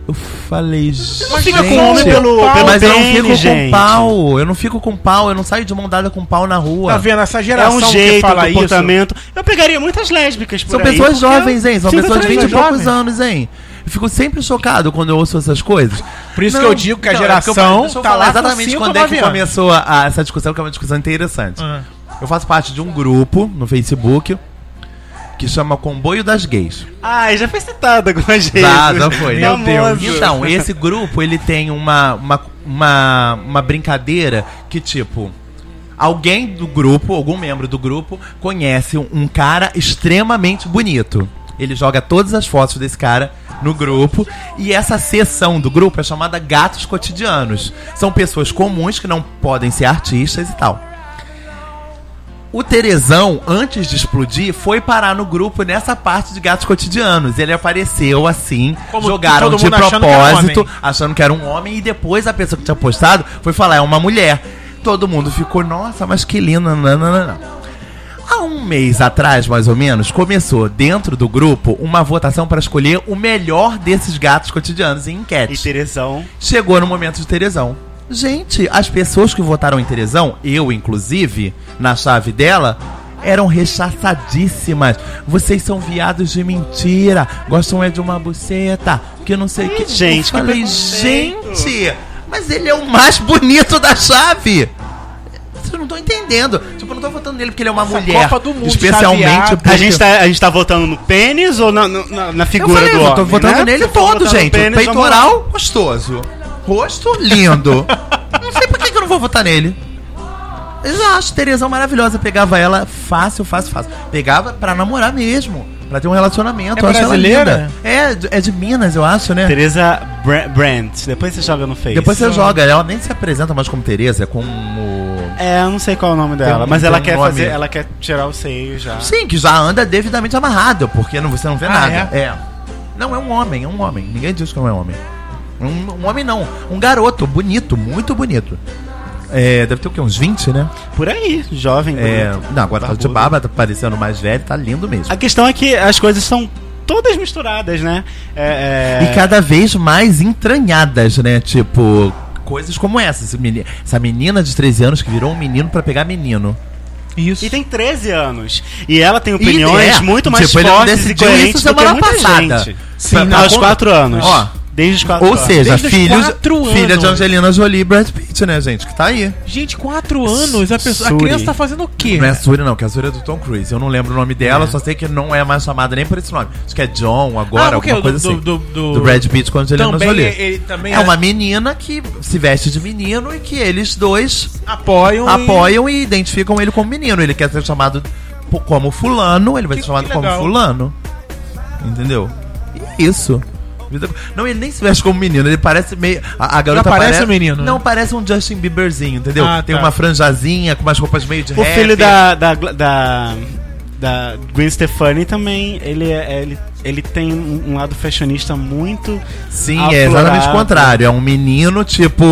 Speaker 3: Eu falei, gente.
Speaker 2: Não fica com homem pelo,
Speaker 1: pau,
Speaker 2: pelo
Speaker 3: Mas eu não
Speaker 2: pênis,
Speaker 3: fico
Speaker 2: gente.
Speaker 3: com pau. Eu não fico com pau. Eu não saio de mão dada com pau na rua.
Speaker 1: Tá vendo? Essa
Speaker 2: É
Speaker 1: geração
Speaker 2: um jeito,
Speaker 1: que fala
Speaker 2: um
Speaker 1: isso.
Speaker 2: comportamento. Eu pegaria muitas lésbicas por
Speaker 3: São
Speaker 2: aí,
Speaker 3: pessoas
Speaker 1: É
Speaker 2: porque-
Speaker 3: jovens, hein? São
Speaker 2: Sim,
Speaker 3: pessoas de 20 e
Speaker 2: jovens.
Speaker 3: poucos anos, hein? Eu fico sempre chocado quando eu ouço essas coisas.
Speaker 1: Por isso que eu digo que a
Speaker 3: então,
Speaker 1: geração
Speaker 3: é porque eu- deixa eu
Speaker 1: tá
Speaker 3: falar
Speaker 1: lá com
Speaker 3: exatamente
Speaker 1: cinco,
Speaker 3: quando é
Speaker 1: nove
Speaker 3: que
Speaker 1: anos.
Speaker 3: começou a- a essa discussão, que é uma discussão interessante.
Speaker 1: Ah.
Speaker 3: Eu faço parte de um grupo no Facebook que chama Comboio das Gays.
Speaker 2: Ai, já foi citada algumas vezes.
Speaker 3: Já, já foi, né?
Speaker 2: Meu Deus.
Speaker 3: Então, esse grupo, ele tem uma, uma, uma, uma brincadeira que, tipo... Alguém do grupo, algum membro do grupo, conhece um- um cara extremamente bonito. Ele joga todas as fotos desse cara no grupo. E essa seção do grupo é chamada Gatos Cotidianos. São pessoas comuns que não podem ser artistas e tal. O Terezão, antes de explodir, foi parar no grupo nessa parte de gatos cotidianos. Ele apareceu assim,
Speaker 1: Como
Speaker 3: jogaram
Speaker 1: todo
Speaker 3: de
Speaker 1: mundo achando que era um
Speaker 3: propósito,
Speaker 1: homem.
Speaker 3: achando que era um homem, e depois a pessoa que tinha postado foi falar, é uma mulher. Todo mundo ficou, nossa, mas que linda, nananana. Há um mês atrás, mais ou menos, começou dentro do grupo uma votação para escolher o melhor desses gatos cotidianos em enquete.
Speaker 2: E Terezão.
Speaker 3: Chegou no momento de Terezão. Gente, as pessoas que votaram em Terezão, eu inclusive, na chave dela, eram rechaçadíssimas. Vocês são viados de mentira, gostam é de uma buceta, que não sei o que.
Speaker 2: gente,
Speaker 3: eu
Speaker 2: que
Speaker 3: falei,
Speaker 2: preconceito.
Speaker 3: gente, mas ele é o mais bonito da chave. Vocês não estão entendendo. Tipo, eu não tô votando nele porque ele é uma
Speaker 1: Nossa,
Speaker 3: mulher.
Speaker 1: Copa do Mundo,
Speaker 3: especialmente
Speaker 1: chaveado.
Speaker 3: porque...
Speaker 2: A gente, tá, a gente tá votando no pênis ou na, no- na, na
Speaker 3: Eu
Speaker 2: figura
Speaker 3: falei,
Speaker 2: do
Speaker 3: eu
Speaker 2: homem?
Speaker 3: tô votando
Speaker 2: né?
Speaker 3: nele
Speaker 2: Se for votar
Speaker 3: todo,
Speaker 2: no
Speaker 3: gente.
Speaker 2: pênis, vamos lá.
Speaker 3: Peitoral gostoso. Rosto lindo. não sei por que, que eu não vou votar nele. Eu já acho Terezão maravilhosa. Pegava ela fácil, fácil, fácil. Pegava pra namorar mesmo. Pra ter um relacionamento.
Speaker 1: É
Speaker 3: Eu acho ela
Speaker 1: brasileira?
Speaker 3: linda. É, de- é de Minas, eu acho, né?
Speaker 2: Tereza Bra- Brandt. Depois você joga no Face.
Speaker 3: Depois você joga. Ela nem se apresenta mais como Tereza, é como...
Speaker 2: É, eu não sei qual é o nome dela,
Speaker 3: Tem um-
Speaker 2: mas ela
Speaker 3: tem um
Speaker 2: quer
Speaker 3: nome.
Speaker 2: fazer, ela quer tirar o seio já.
Speaker 3: Sim, que já anda devidamente amarrado, porque não, você não vê
Speaker 1: Ah,
Speaker 3: nada. É? Não, é um homem, é um homem. Ninguém diz que não é homem. Um, um homem não, um garoto, bonito, muito bonito. É, deve ter o quê? Uns 20, né?
Speaker 2: Por aí, jovem.
Speaker 3: É,
Speaker 2: bonito.
Speaker 3: não, agora tá de
Speaker 2: Barbudo.
Speaker 3: barba, tá parecendo mais velho, tá lindo mesmo.
Speaker 2: A questão é que as coisas são todas misturadas, né? É, é-
Speaker 3: E cada vez mais entranhadas, né? Tipo, coisas como essa. esse meni- Essa menina de 13 anos que virou um menino pra pegar menino.
Speaker 1: Isso.
Speaker 2: E tem 13 anos. E ela tem opiniões
Speaker 3: é,
Speaker 2: muito mais
Speaker 3: tipo, ele não
Speaker 2: fortes e
Speaker 3: decidiu
Speaker 2: coerentes
Speaker 3: isso
Speaker 2: do que
Speaker 3: semana
Speaker 2: muita
Speaker 3: passada.
Speaker 2: gente.
Speaker 3: Sim,
Speaker 2: Pra-
Speaker 3: não,
Speaker 2: aos
Speaker 3: conta-
Speaker 2: 4 anos.
Speaker 3: Ó,
Speaker 2: Desde os 4
Speaker 3: Ou
Speaker 2: anos.
Speaker 3: seja,
Speaker 1: Desde os
Speaker 3: filhos,
Speaker 1: quatro
Speaker 3: filha
Speaker 1: anos.
Speaker 3: de Angelina Jolie e Brad Pitt, né, gente? Que tá aí.
Speaker 1: Gente, 4 anos, a, pessoa, a
Speaker 2: Suri.
Speaker 1: criança tá fazendo o quê?
Speaker 3: Não é a Suri, não, que a Suri é do Tom Cruise. Eu não lembro o nome dela, só sei que não é mais chamada nem por esse nome. Acho que é John agora,
Speaker 1: Ah, porque
Speaker 3: alguma coisa
Speaker 1: do-
Speaker 3: assim.
Speaker 1: do- do-
Speaker 3: Brad Pitt com a Angelina
Speaker 1: Também
Speaker 3: Jolie.
Speaker 1: é- ele também
Speaker 3: é
Speaker 1: é-
Speaker 3: uma menina que se veste de menino e que eles dois
Speaker 1: Apoiam. e-
Speaker 3: apoiam e identificam ele como menino. Ele quer ser chamado po- como fulano, ele vai
Speaker 1: Que-
Speaker 3: ser chamado
Speaker 1: que
Speaker 3: como
Speaker 1: legal.
Speaker 3: fulano. Entendeu? E é isso. Vida- Não, ele nem se veste como menino, ele parece meio. A, a garota
Speaker 1: parece um menino, né?
Speaker 3: Não, parece um Justin Bieberzinho, entendeu?
Speaker 1: Ah,
Speaker 3: Tem
Speaker 1: tá.
Speaker 3: uma franjazinha, com umas roupas meio de
Speaker 2: O
Speaker 3: rapper.
Speaker 2: filho da, da, da, da Gwen Stefani também, ele, é- ele, ele tem um um lado fashionista muito.
Speaker 3: Sim, é
Speaker 2: aflorado.
Speaker 3: exatamente o contrário. É um menino tipo.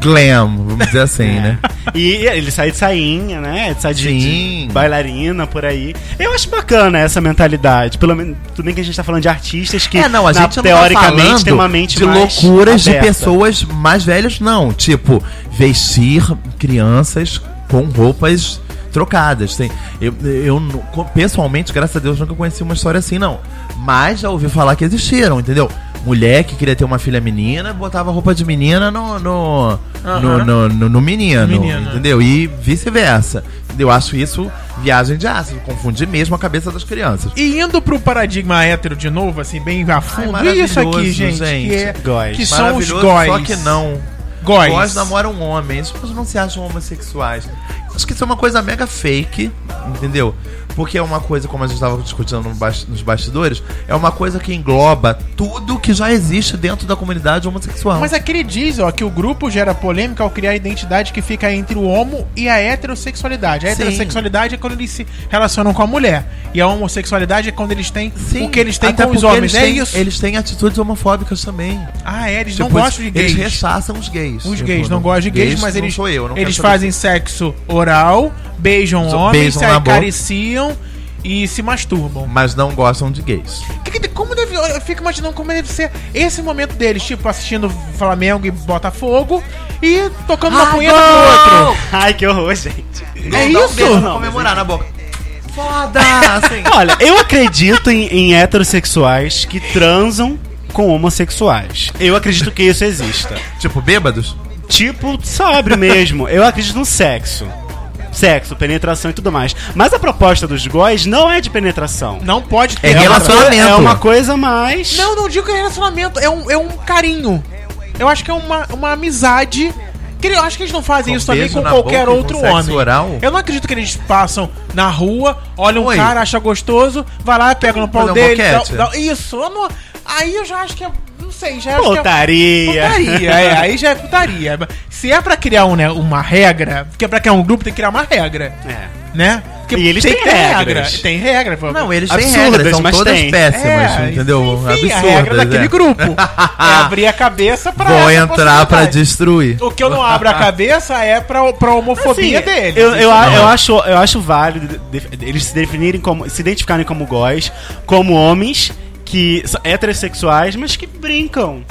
Speaker 3: Glam, vamos dizer assim,
Speaker 2: É.
Speaker 3: né?
Speaker 2: E ele sai de sainha, né? Ele sai de,
Speaker 3: Sim.
Speaker 2: de bailarina por aí. Eu acho bacana essa mentalidade. Pelo menos, tudo bem que a gente tá falando de artistas que,
Speaker 3: é, não, a
Speaker 2: na-
Speaker 3: gente não tá
Speaker 2: teoricamente,
Speaker 3: falando
Speaker 2: tem uma mente
Speaker 3: de
Speaker 2: mais
Speaker 3: loucuras de
Speaker 2: aberta.
Speaker 3: pessoas mais velhas, não. Tipo, vestir crianças com roupas trocadas. Tem, eu, eu nu- co- pessoalmente, graças a Deus, nunca conheci uma história assim, não. Mas já ouvi falar que existiram, entendeu? Mulher que queria ter uma filha menina, botava roupa de menina no, no, no,
Speaker 1: Aham.
Speaker 3: no, no- no menino,
Speaker 1: Menino, né?
Speaker 3: entendeu? E vice-versa. Eu acho isso viagem de aço, confundir mesmo a cabeça das crianças.
Speaker 1: E indo pro paradigma hétero de novo, assim, bem a fundo.
Speaker 3: Ai,
Speaker 1: e isso aqui,
Speaker 3: maravilhoso,
Speaker 1: gente,
Speaker 3: gente.
Speaker 1: que, é-
Speaker 2: Góis.
Speaker 1: que são os
Speaker 3: Maravilhoso,
Speaker 1: góis.
Speaker 3: Só que não.
Speaker 1: Góis.
Speaker 3: Góis namoram homens, mas não se acham homossexuais. Acho que isso é uma coisa mega fake, entendeu? Porque é uma coisa, como a gente estava discutindo no bas- nos bastidores, é uma coisa que engloba tudo que já existe dentro da comunidade homossexual.
Speaker 1: Mas é aqui ele diz, ó, que o grupo gera polêmica ao criar a identidade que fica entre o homo e a heterossexualidade. A
Speaker 3: Sim.
Speaker 1: heterossexualidade é quando eles se relacionam com a mulher. E a homossexualidade é quando eles têm o que eles têm
Speaker 3: até
Speaker 1: com os
Speaker 3: porque
Speaker 1: homens.
Speaker 3: Eles
Speaker 1: É
Speaker 3: têm,
Speaker 1: isso.
Speaker 3: Eles têm atitudes homofóbicas também.
Speaker 1: Ah, é, eles não
Speaker 3: Tipo,
Speaker 1: gostam de gays.
Speaker 3: Eles rechaçam os gays.
Speaker 1: Os
Speaker 3: Tipo,
Speaker 1: gays não gostam de gays, mas
Speaker 3: não
Speaker 1: eles,
Speaker 3: sou eu, não
Speaker 1: eles
Speaker 3: quero saber
Speaker 1: fazem sexo oral, beijam
Speaker 3: Só
Speaker 1: homens,
Speaker 3: beijam
Speaker 1: se
Speaker 3: na boca.
Speaker 1: acariciam e se masturbam.
Speaker 3: Mas não gostam de gays.
Speaker 1: Que- que- como deve, eu fico imaginando como deve ser esse momento deles, tipo, assistindo Flamengo e Botafogo e tocando uma punheta pro outro.
Speaker 2: Ai, que horror, gente.
Speaker 1: É
Speaker 3: Não dá um
Speaker 1: isso?
Speaker 3: beijo pra
Speaker 2: Não,
Speaker 3: comemorar na boca. Foda! assim.
Speaker 2: Olha, eu acredito em, em heterossexuais que transam com homossexuais. Eu acredito que isso exista.
Speaker 3: Tipo, bêbados?
Speaker 2: Tipo, sabe mesmo. Eu acredito no sexo. Sexo, penetração e tudo mais. Mas a proposta dos góis não é de penetração.
Speaker 1: Não pode ter.
Speaker 3: É
Speaker 1: uma-
Speaker 3: relação- relacionamento.
Speaker 2: É uma coisa mais.
Speaker 1: Não, não digo que é relacionamento, é um, é um carinho. Eu acho que é uma, uma amizade. Que ele- eu acho que eles não fazem
Speaker 3: Com
Speaker 1: isso também
Speaker 3: beijo
Speaker 1: com
Speaker 3: na
Speaker 1: qualquer
Speaker 3: boca e com
Speaker 1: outro
Speaker 3: sexo
Speaker 1: homem.
Speaker 3: oral?
Speaker 1: Eu não acredito que eles passam na rua, olham
Speaker 3: Oi.
Speaker 1: um cara, acha gostoso, vai lá, pega no pau
Speaker 3: Fazer um
Speaker 1: dele. dá-
Speaker 3: boquete?
Speaker 1: dá- isso, eu não- aí eu já acho que é. Não sei, já acho que é.
Speaker 2: Putaria.
Speaker 1: Putaria, é, aí já é putaria. Se é pra criar um, né, uma regra, porque pra criar um grupo tem que criar uma regra,
Speaker 2: É.
Speaker 1: né? Porque
Speaker 2: E eles
Speaker 1: tem
Speaker 2: têm
Speaker 1: que ter regra.
Speaker 2: regras.
Speaker 1: Tem regra, pô.
Speaker 3: Não, eles têm
Speaker 2: Absurdas,
Speaker 3: regras, são
Speaker 2: mas
Speaker 3: todas
Speaker 2: tem.
Speaker 3: péssimas, um, entendeu?
Speaker 1: É, Enfim, a
Speaker 3: Absurdas,
Speaker 1: regra daquele
Speaker 3: é.
Speaker 1: grupo. É abrir a cabeça pra
Speaker 3: Vão
Speaker 1: essa
Speaker 3: entrar pra
Speaker 1: possibilidade.
Speaker 3: destruir.
Speaker 1: O que eu não abro a cabeça é pra, pra homofobia
Speaker 2: Assim,
Speaker 1: deles.
Speaker 2: Eu,
Speaker 1: Isso
Speaker 2: eu, a-
Speaker 1: não.
Speaker 2: eu acho, eu acho válido de- de- eles se definirem como. se identificarem como góis, como homens que são heterossexuais, mas que brincam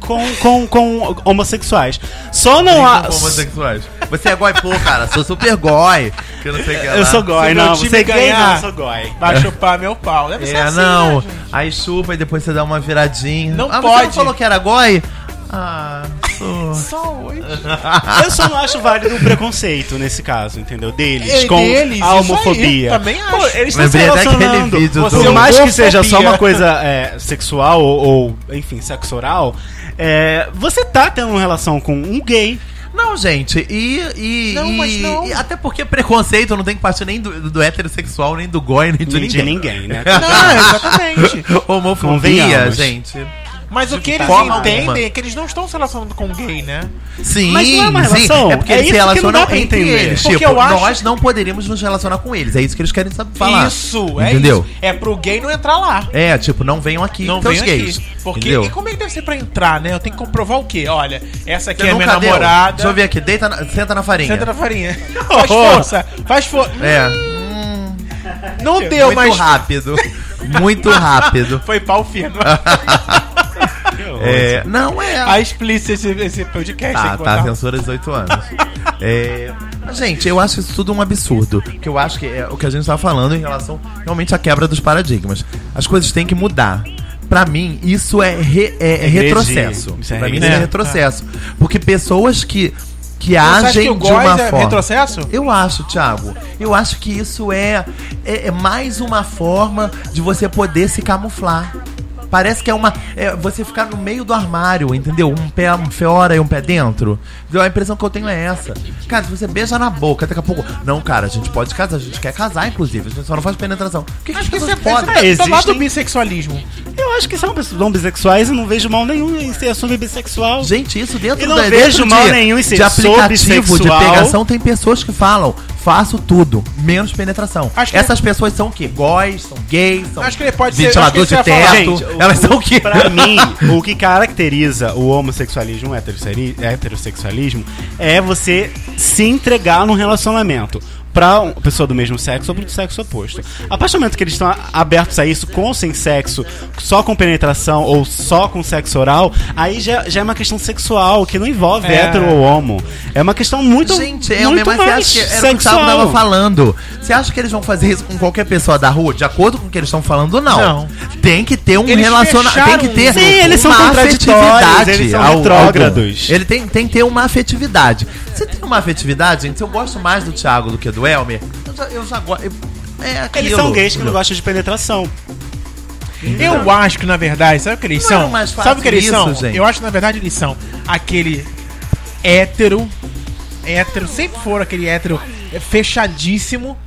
Speaker 2: com, com, com homossexuais. Só não há.
Speaker 3: Homossexuais. Você é goi, pô, cara. Sou super goi. Que eu não sei o que é lá.
Speaker 2: Eu sou gói,
Speaker 1: Se meu
Speaker 2: não.
Speaker 1: time
Speaker 2: Você é gay,
Speaker 1: ganhar-
Speaker 2: não, eu sou gói.
Speaker 1: Vai chupar meu pau. Deve ser
Speaker 3: É,
Speaker 1: assim,
Speaker 3: não.
Speaker 1: né, gente?
Speaker 3: Aí chupa e depois você dá uma viradinha.
Speaker 1: Não
Speaker 3: ah, Você não
Speaker 1: pode.
Speaker 3: falou que era goi? Ah, sou.
Speaker 1: né? Só hoje.
Speaker 2: Eu só não acho válido o preconceito nesse caso, entendeu? Deles,
Speaker 1: É,
Speaker 2: com
Speaker 1: deles, isso
Speaker 2: a
Speaker 1: aí,
Speaker 2: homofobia.
Speaker 1: também acho.
Speaker 2: Pô, eles estão se
Speaker 3: Lembrei até aquele
Speaker 2: relacionando.
Speaker 3: vídeo
Speaker 2: Por
Speaker 1: do-
Speaker 2: mais que seja só uma
Speaker 1: Homofobia.
Speaker 2: coisa é, sexual ou, ou, enfim, sexo oral, é, você tá tendo uma relação com um gay.
Speaker 3: Não, gente, e. e
Speaker 1: Não,
Speaker 3: e-
Speaker 1: mas não.
Speaker 3: e até porque preconceito não tem que partir nem do, do heterossexual, nem do goi, nem de
Speaker 2: De, de
Speaker 3: ninguém.
Speaker 2: ninguém, né?
Speaker 1: Não, exatamente.
Speaker 3: Homofobia,
Speaker 2: Convenhamos.
Speaker 3: gente.
Speaker 1: Mas o que eles
Speaker 3: Forma
Speaker 1: entendem
Speaker 3: alguma.
Speaker 1: é que eles não estão se relacionando com gay, né?
Speaker 3: Sim,
Speaker 2: Mas não é uma
Speaker 3: sim.
Speaker 2: relação.
Speaker 3: É porque
Speaker 2: É
Speaker 3: eles se
Speaker 2: isso que não
Speaker 3: relacionam
Speaker 2: dá pra
Speaker 3: entre
Speaker 2: entender.
Speaker 3: eles.
Speaker 1: Porque
Speaker 3: tipo,
Speaker 1: eu acho-
Speaker 3: nós não poderíamos nos relacionar com eles. É isso que eles querem saber falar.
Speaker 1: Isso, é
Speaker 3: Entendeu?
Speaker 1: isso. É pro gay não entrar lá.
Speaker 3: É, tipo, não venham aqui
Speaker 1: Não
Speaker 3: então
Speaker 1: vem
Speaker 3: os gays.
Speaker 1: aqui. Porque
Speaker 3: entendeu?
Speaker 1: e como é que deve ser pra entrar, né? Eu tenho que comprovar o quê? Olha, essa aqui
Speaker 3: Você
Speaker 1: é a minha
Speaker 3: nunca deu.
Speaker 1: namorada.
Speaker 3: Deixa eu ver aqui. Deita na- Senta na farinha.
Speaker 1: Senta na farinha. Faz força, faz força.
Speaker 3: É.
Speaker 1: Não deu,
Speaker 3: Muito
Speaker 1: mas
Speaker 3: rápido. Muito rápido.
Speaker 1: foi pau firme.
Speaker 3: Ah. É, não é.
Speaker 1: A explícita Tá esse, esse podcast. tem
Speaker 3: Tá,
Speaker 1: que
Speaker 3: tá,
Speaker 1: botar.
Speaker 3: censura 18 anos. É, mas, gente, eu acho isso tudo um absurdo. Porque eu acho que é o que a gente tava falando em relação realmente à quebra dos paradigmas. As coisas têm que mudar. Pra mim, isso é, re- é- é
Speaker 2: Regredir.
Speaker 3: retrocesso.
Speaker 2: Isso é
Speaker 3: pra mim, isso
Speaker 2: regredir.
Speaker 3: é retrocesso. Porque pessoas que, que
Speaker 1: acha que
Speaker 3: agem
Speaker 1: o
Speaker 3: de uma
Speaker 1: góis é
Speaker 3: forma.
Speaker 1: retrocesso?
Speaker 3: Eu acho, Thiago. Eu acho que isso é, é, é mais uma forma de você poder se camuflar. Parece que é uma. é você ficar no meio do armário, entendeu? Um pé um fora e um pé dentro. Entendeu? A impressão que eu tenho é essa. Cara, se você beija na boca, daqui a pouco. Não, cara, a gente pode casar, a gente quer casar, inclusive. A gente só não faz penetração. Por que, que as
Speaker 1: Acho que isso
Speaker 3: pessoas
Speaker 1: é
Speaker 3: podem?
Speaker 1: foda. Tá do lado do
Speaker 2: existem-
Speaker 1: bissexualismo.
Speaker 2: Eu acho que são pessoas não bissexuais e não vejo mal nenhum em ser assumir bissexual.
Speaker 3: Gente, isso dentro
Speaker 2: Eu não
Speaker 3: da-
Speaker 2: vejo
Speaker 3: dentro
Speaker 2: mal nenhum em ser
Speaker 3: de aplicativo de
Speaker 2: bissexual.
Speaker 3: pegação, tem pessoas que falam, faço tudo, menos penetração.
Speaker 1: Acho que-
Speaker 3: Essas pessoas são o quê? Góis, são gays, são
Speaker 1: Acho que ele pode ser-
Speaker 3: ventilador
Speaker 1: acho que ele
Speaker 3: de
Speaker 1: vai falar.
Speaker 3: teto.
Speaker 2: Gente, o-
Speaker 3: elas são o quê?
Speaker 2: Pra mim, o que caracteriza o homossexualismo, o heterosseri- heterossexualismo, é você se entregar num relacionamento pra uma pessoa do mesmo sexo ou pro sexo oposto. A partir do momento que eles estão abertos a isso, com ou sem sexo, só com penetração ou só com sexo oral, aí já, já é uma questão sexual, que não envolve
Speaker 1: É.
Speaker 2: hétero ou homo. É uma questão muito,
Speaker 3: Gente, é o
Speaker 2: muito
Speaker 3: mesmo, mas você
Speaker 2: mais
Speaker 3: acha que era o que o Gustavo
Speaker 2: sexual.
Speaker 3: tava falando. Você acha que eles vão fazer isso com qualquer pessoa da rua? De acordo com o que eles estão falando, não.
Speaker 1: Não.
Speaker 3: Tem que ter um
Speaker 1: Eles
Speaker 3: relacionamento. Tem
Speaker 1: fecharam
Speaker 3: que ter
Speaker 2: um- Sim, eles são contraditórios, eles são
Speaker 3: ao-
Speaker 2: retrógrados.
Speaker 3: algum. Ele tem, tem que ter uma afetividade. Se tem uma afetividade, gente, eu gosto mais do Thiago do que do Elmer, eu já, eu já gosto. eu- É aquilo.
Speaker 2: Eles são gays que não gostam de penetração.
Speaker 1: Eu acho que, na verdade, sabe o que eles
Speaker 3: Não
Speaker 1: são?
Speaker 3: era mais fácil
Speaker 1: sabe o que eles
Speaker 3: isso,
Speaker 1: são?
Speaker 3: gente?
Speaker 1: Eu acho que, na verdade, eles são aquele hétero, hétero, sempre foram aquele hétero é, fechadíssimo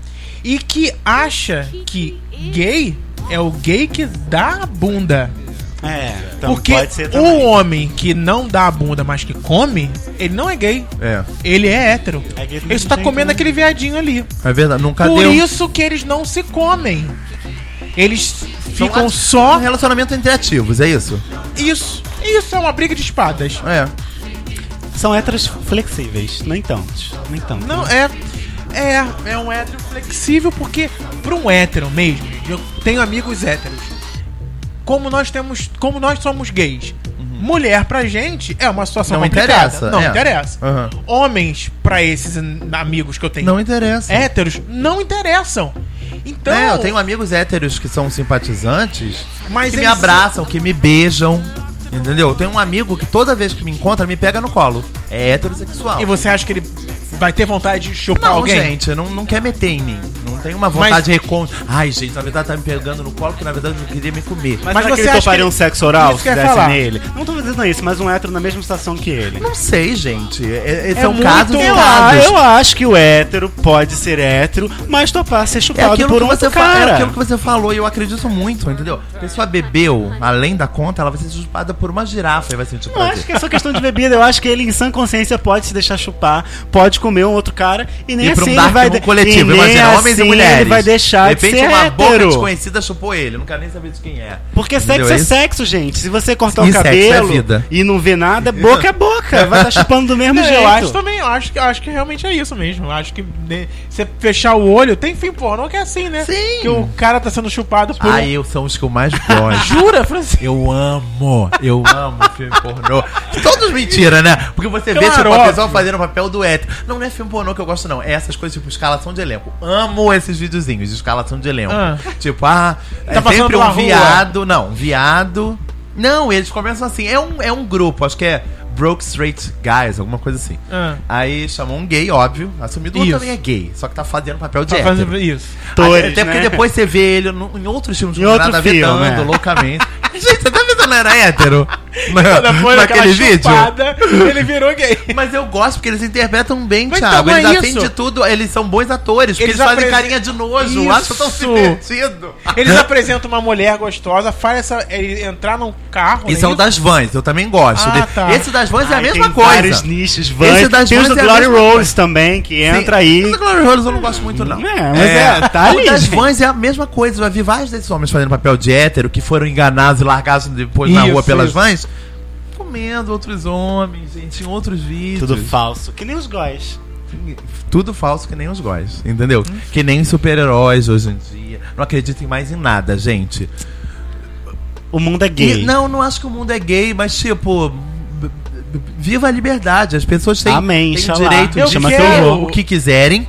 Speaker 1: e que acha que gay é o gay que dá a bunda.
Speaker 2: É,
Speaker 1: Porque o homem que não dá a bunda, mas que come, ele não é gay.
Speaker 3: É,
Speaker 1: Ele é hétero.
Speaker 2: É gay do
Speaker 1: ele
Speaker 2: mesmo
Speaker 1: só tá
Speaker 2: jeito,
Speaker 1: comendo
Speaker 2: né?
Speaker 1: aquele viadinho ali.
Speaker 3: é verdade. Nunca
Speaker 1: Por
Speaker 3: deu.
Speaker 1: isso que eles não se comem. Eles
Speaker 3: Então,
Speaker 1: ficam
Speaker 3: é
Speaker 1: só
Speaker 3: Um relacionamento entre ativos, é isso?
Speaker 1: isso, isso é uma briga de espadas.
Speaker 3: É.
Speaker 2: São héteros flexíveis, nem tantos, nem tanto.
Speaker 1: Não, é. É, é um hétero flexível, porque pra um hétero mesmo, eu tenho amigos héteros. Como nós temos. Como nós somos gays. Mulher pra gente é uma situação
Speaker 3: Uhum. Não
Speaker 1: complicada.
Speaker 3: interessa,
Speaker 1: Não
Speaker 3: é.
Speaker 1: interessa.
Speaker 3: Aham.
Speaker 1: Homens, pra esses am- amigos que eu tenho
Speaker 3: Não interessa.
Speaker 2: É,
Speaker 1: héteros, não interessam. Então.
Speaker 3: É, eu tenho amigos héteros que são simpatizantes,
Speaker 1: Mas
Speaker 3: que me
Speaker 1: eles-
Speaker 3: abraçam, que me beijam. Entendeu? Eu tenho um amigo que toda vez que me encontra me pega no colo. É heterossexual.
Speaker 1: E você acha que ele vai ter vontade de chupar
Speaker 3: Não,
Speaker 1: alguém?
Speaker 3: gente, não, não quer meter em mim. Não tem uma vontade de recon... Ai, gente, na verdade tá me pegando no colo que na verdade eu queria me comer.
Speaker 2: Mas,
Speaker 1: Mas
Speaker 2: será que
Speaker 1: você
Speaker 2: ele
Speaker 1: acha
Speaker 2: toparia
Speaker 1: que ele-
Speaker 2: um sexo oral
Speaker 1: Isso
Speaker 2: se
Speaker 1: que eu ia
Speaker 2: desse
Speaker 1: falar.
Speaker 2: nele? Não tô dizendo isso, mas um hétero na mesma situação que ele.
Speaker 3: Não sei, gente. É, é-
Speaker 1: É
Speaker 3: são
Speaker 1: muito-
Speaker 3: casos e
Speaker 2: Eu,
Speaker 3: casos.
Speaker 2: eu acho que o hétero pode ser hétero, mas topar ser
Speaker 3: É
Speaker 2: chupado
Speaker 3: aquilo,
Speaker 2: por
Speaker 3: que
Speaker 2: um
Speaker 3: você
Speaker 2: outro
Speaker 3: fa- é
Speaker 2: cara.
Speaker 3: aquilo que você falou e eu acredito muito, entendeu? A pessoa bebeu, além da conta, ela vai ser chupada por uma girafa e vai sentir
Speaker 2: Eu
Speaker 3: prazer.
Speaker 2: acho que é só questão de bebida. Eu acho que ele, em sã consciência, pode se deixar chupar, pode comer um outro cara e nem
Speaker 3: E pra
Speaker 2: assim
Speaker 3: um
Speaker 2: ele
Speaker 3: dark
Speaker 2: vai.
Speaker 3: room coletivo,
Speaker 2: e nem
Speaker 3: imagina, homens e
Speaker 2: assim
Speaker 3: mulheres.
Speaker 2: Ele vai deixar de,
Speaker 3: de repente
Speaker 2: ser
Speaker 3: uma boca
Speaker 2: hétero.
Speaker 3: desconhecida chupou ele, eu não quero nem saber de quem é.
Speaker 2: Porque
Speaker 3: Entendeu
Speaker 2: sexo é
Speaker 3: isso?
Speaker 2: sexo, gente. Se você cortar
Speaker 3: E
Speaker 2: o
Speaker 3: sexo é
Speaker 2: cabelo
Speaker 3: vida.
Speaker 2: e não ver nada, boca é boca. Vai estar chupando do mesmo
Speaker 1: Não,
Speaker 2: jeito.
Speaker 1: É, eu acho também, eu acho, que- eu acho que realmente é isso mesmo. Eu acho que né, você fechar o olho, tem fim pornô que é assim, né?
Speaker 3: Sim.
Speaker 1: Que o cara tá sendo chupado por. um-
Speaker 3: Ah, eu são os que eu mais gosto.
Speaker 1: Jura, Francisco?
Speaker 3: Eu amo, eu amo filme pornô. Todos mentira, né? Porque você vê
Speaker 1: Claro,
Speaker 3: tipo, a
Speaker 1: óbvio.
Speaker 3: pessoa fazendo o papel do hétero. Não, não é filme pornô que eu gosto, não. É essas coisas tipo escalação de elenco. Amo esses videozinhos de escalação de elenco.
Speaker 1: Ah.
Speaker 3: Tipo, ah,
Speaker 2: Tá
Speaker 3: é
Speaker 1: passando
Speaker 3: sempre
Speaker 1: pela
Speaker 3: um
Speaker 1: rua.
Speaker 3: viado. Não, um viado. Não, eles começam assim. É um, é um grupo, acho que é Broke Straight Guys, alguma coisa assim.
Speaker 1: Ah,
Speaker 3: Aí chamou um gay, óbvio. Assumido o outro
Speaker 1: Isso.
Speaker 3: também é gay, só que tá fazendo papel de
Speaker 1: tá
Speaker 3: hétero.
Speaker 1: fazendo isso.
Speaker 2: Atores,
Speaker 3: É, Até porque
Speaker 2: né?
Speaker 3: depois você vê ele no- em outros filmes
Speaker 2: Em
Speaker 3: com
Speaker 2: outro
Speaker 3: nada a ver,
Speaker 2: filme,
Speaker 3: dando
Speaker 1: né?
Speaker 2: é.
Speaker 3: loucamente. Gente, você tá vendo que não era hétero? Na,
Speaker 1: Depois daquela
Speaker 3: naquele vídeo?
Speaker 1: chupada, ele virou gay.
Speaker 3: Mas eu gosto porque eles interpretam bem,
Speaker 1: Mas
Speaker 3: Thiago.
Speaker 1: então é
Speaker 3: eles atendem
Speaker 1: isso.
Speaker 3: de tudo, eles são bons atores, porque
Speaker 1: Eles
Speaker 3: eles, fazem
Speaker 1: apresen-
Speaker 3: carinha de nojo,
Speaker 1: Isso.
Speaker 3: acham tão divertido.
Speaker 1: Eles apresentam uma mulher gostosa, faz essa, ele entrar num carro. né?
Speaker 3: Isso é o
Speaker 1: da.
Speaker 3: das vans, eu também gosto.
Speaker 1: Ah, tá.
Speaker 3: Esse das vans é a
Speaker 2: Ai,
Speaker 3: mesma
Speaker 2: tem Vários
Speaker 3: coisa.
Speaker 2: nichos,
Speaker 3: Esse
Speaker 2: Vans.
Speaker 3: das
Speaker 2: Tem os do
Speaker 3: Vans é a
Speaker 2: Glory
Speaker 3: mesma
Speaker 2: Rose também, que entra aí.
Speaker 3: Mas o Glory Holes eu não gosto muito, não.
Speaker 2: É, mas é, tá ali,
Speaker 3: O das
Speaker 2: gente.
Speaker 3: vans é a mesma coisa. Eu já vi vários desses homens fazendo papel de hétero que foram enganados e largados depois na
Speaker 1: Isso,
Speaker 3: rua pelas
Speaker 1: isso.
Speaker 3: vans. Comendo outros homens, gente, em outros vídeos.
Speaker 2: Tudo falso. Que nem os góis.
Speaker 3: Tudo falso que nem os góis, entendeu?
Speaker 2: Uhum.
Speaker 3: Que nem os super-heróis hoje em dia. Não acreditem mais em nada, gente.
Speaker 2: O mundo é
Speaker 3: E,
Speaker 2: gay.
Speaker 3: não, não acho que o mundo é gay, mas tipo. b- b- Viva a liberdade. As pessoas têm,
Speaker 2: Amém,
Speaker 3: têm
Speaker 2: xalá.
Speaker 3: direito
Speaker 1: Eu
Speaker 3: de
Speaker 1: chama
Speaker 2: Tá
Speaker 3: querer
Speaker 1: seu vô.
Speaker 3: o que quiserem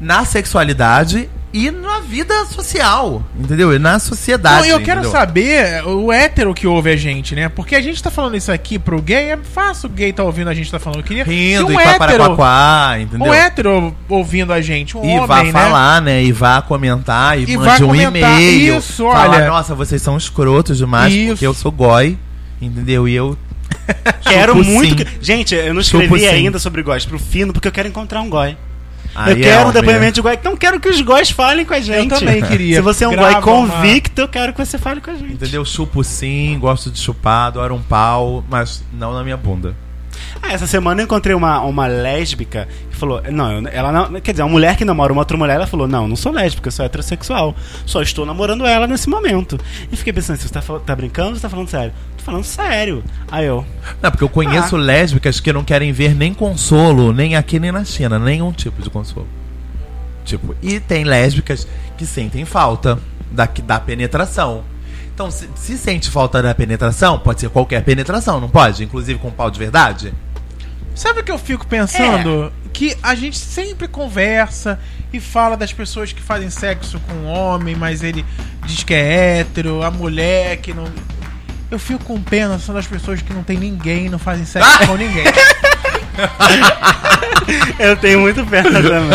Speaker 3: na sexualidade e na vida social, entendeu? E na sociedade.
Speaker 1: Não, eu quero
Speaker 3: entendeu?
Speaker 1: saber o hétero que ouve a gente, né? Porque a gente tá falando isso aqui pro gay, é fácil o gay tá ouvindo a gente tá falando. Eu queria
Speaker 3: Rindo
Speaker 1: que
Speaker 3: e paparaquá, entendeu?
Speaker 1: um hétero ouvindo a gente, um
Speaker 3: e
Speaker 1: homem,
Speaker 3: vá
Speaker 1: né?
Speaker 3: falar, né? E vá comentar, e,
Speaker 1: E vá
Speaker 3: mande um
Speaker 1: comentar.
Speaker 3: e-mail.
Speaker 1: Isso,
Speaker 3: falar,
Speaker 1: olha.
Speaker 3: Nossa, vocês são escrotos demais,
Speaker 1: Isso.
Speaker 3: porque eu sou goi, entendeu? E eu
Speaker 2: Quero
Speaker 3: Chupo
Speaker 2: muito.
Speaker 3: sim.
Speaker 2: que- Gente, eu não
Speaker 3: Chupo
Speaker 2: escrevi
Speaker 3: sim.
Speaker 2: ainda sobre góis pro Fino, porque eu quero encontrar um gói.
Speaker 3: Aí
Speaker 2: eu
Speaker 3: é
Speaker 2: quero um
Speaker 3: homem,
Speaker 2: depoimento de goi. Então quero que os góis falem com a gente.
Speaker 1: também queria.
Speaker 2: Se você é um
Speaker 1: Grava
Speaker 2: goi convicto, eu quero que você fale com a gente.
Speaker 3: Entendeu? Chupo sim, gosto de chupar, adoro um pau, mas não na minha bunda.
Speaker 2: Ah, essa semana eu encontrei uma, uma lésbica que falou: Não, eu- ela não. Quer dizer, uma mulher que namora uma outra mulher, ela falou: Não, não sou lésbica, eu sou heterossexual. Só estou namorando ela nesse momento. E fiquei pensando: Você tá, fal- tá brincando ou você tá falando sério? Tô falando sério. Aí eu.
Speaker 3: Não, porque eu conheço lésbicas que não querem ver nem consolo, nem aqui nem na China, nenhum tipo de consolo. Tipo, e tem lésbicas que sentem falta da, da penetração. Então, se, se sente falta da penetração, pode ser qualquer penetração, não pode? Inclusive com pau de verdade?
Speaker 1: Sabe o que eu fico pensando?
Speaker 2: É.
Speaker 1: Que a gente sempre conversa e fala das pessoas que fazem sexo com um homem, mas ele diz que é hétero, a mulher que não. Eu fico com pena são das pessoas que não tem ninguém, não fazem
Speaker 2: Ah!
Speaker 1: sexo com ninguém.
Speaker 2: Eu tenho muito pena também.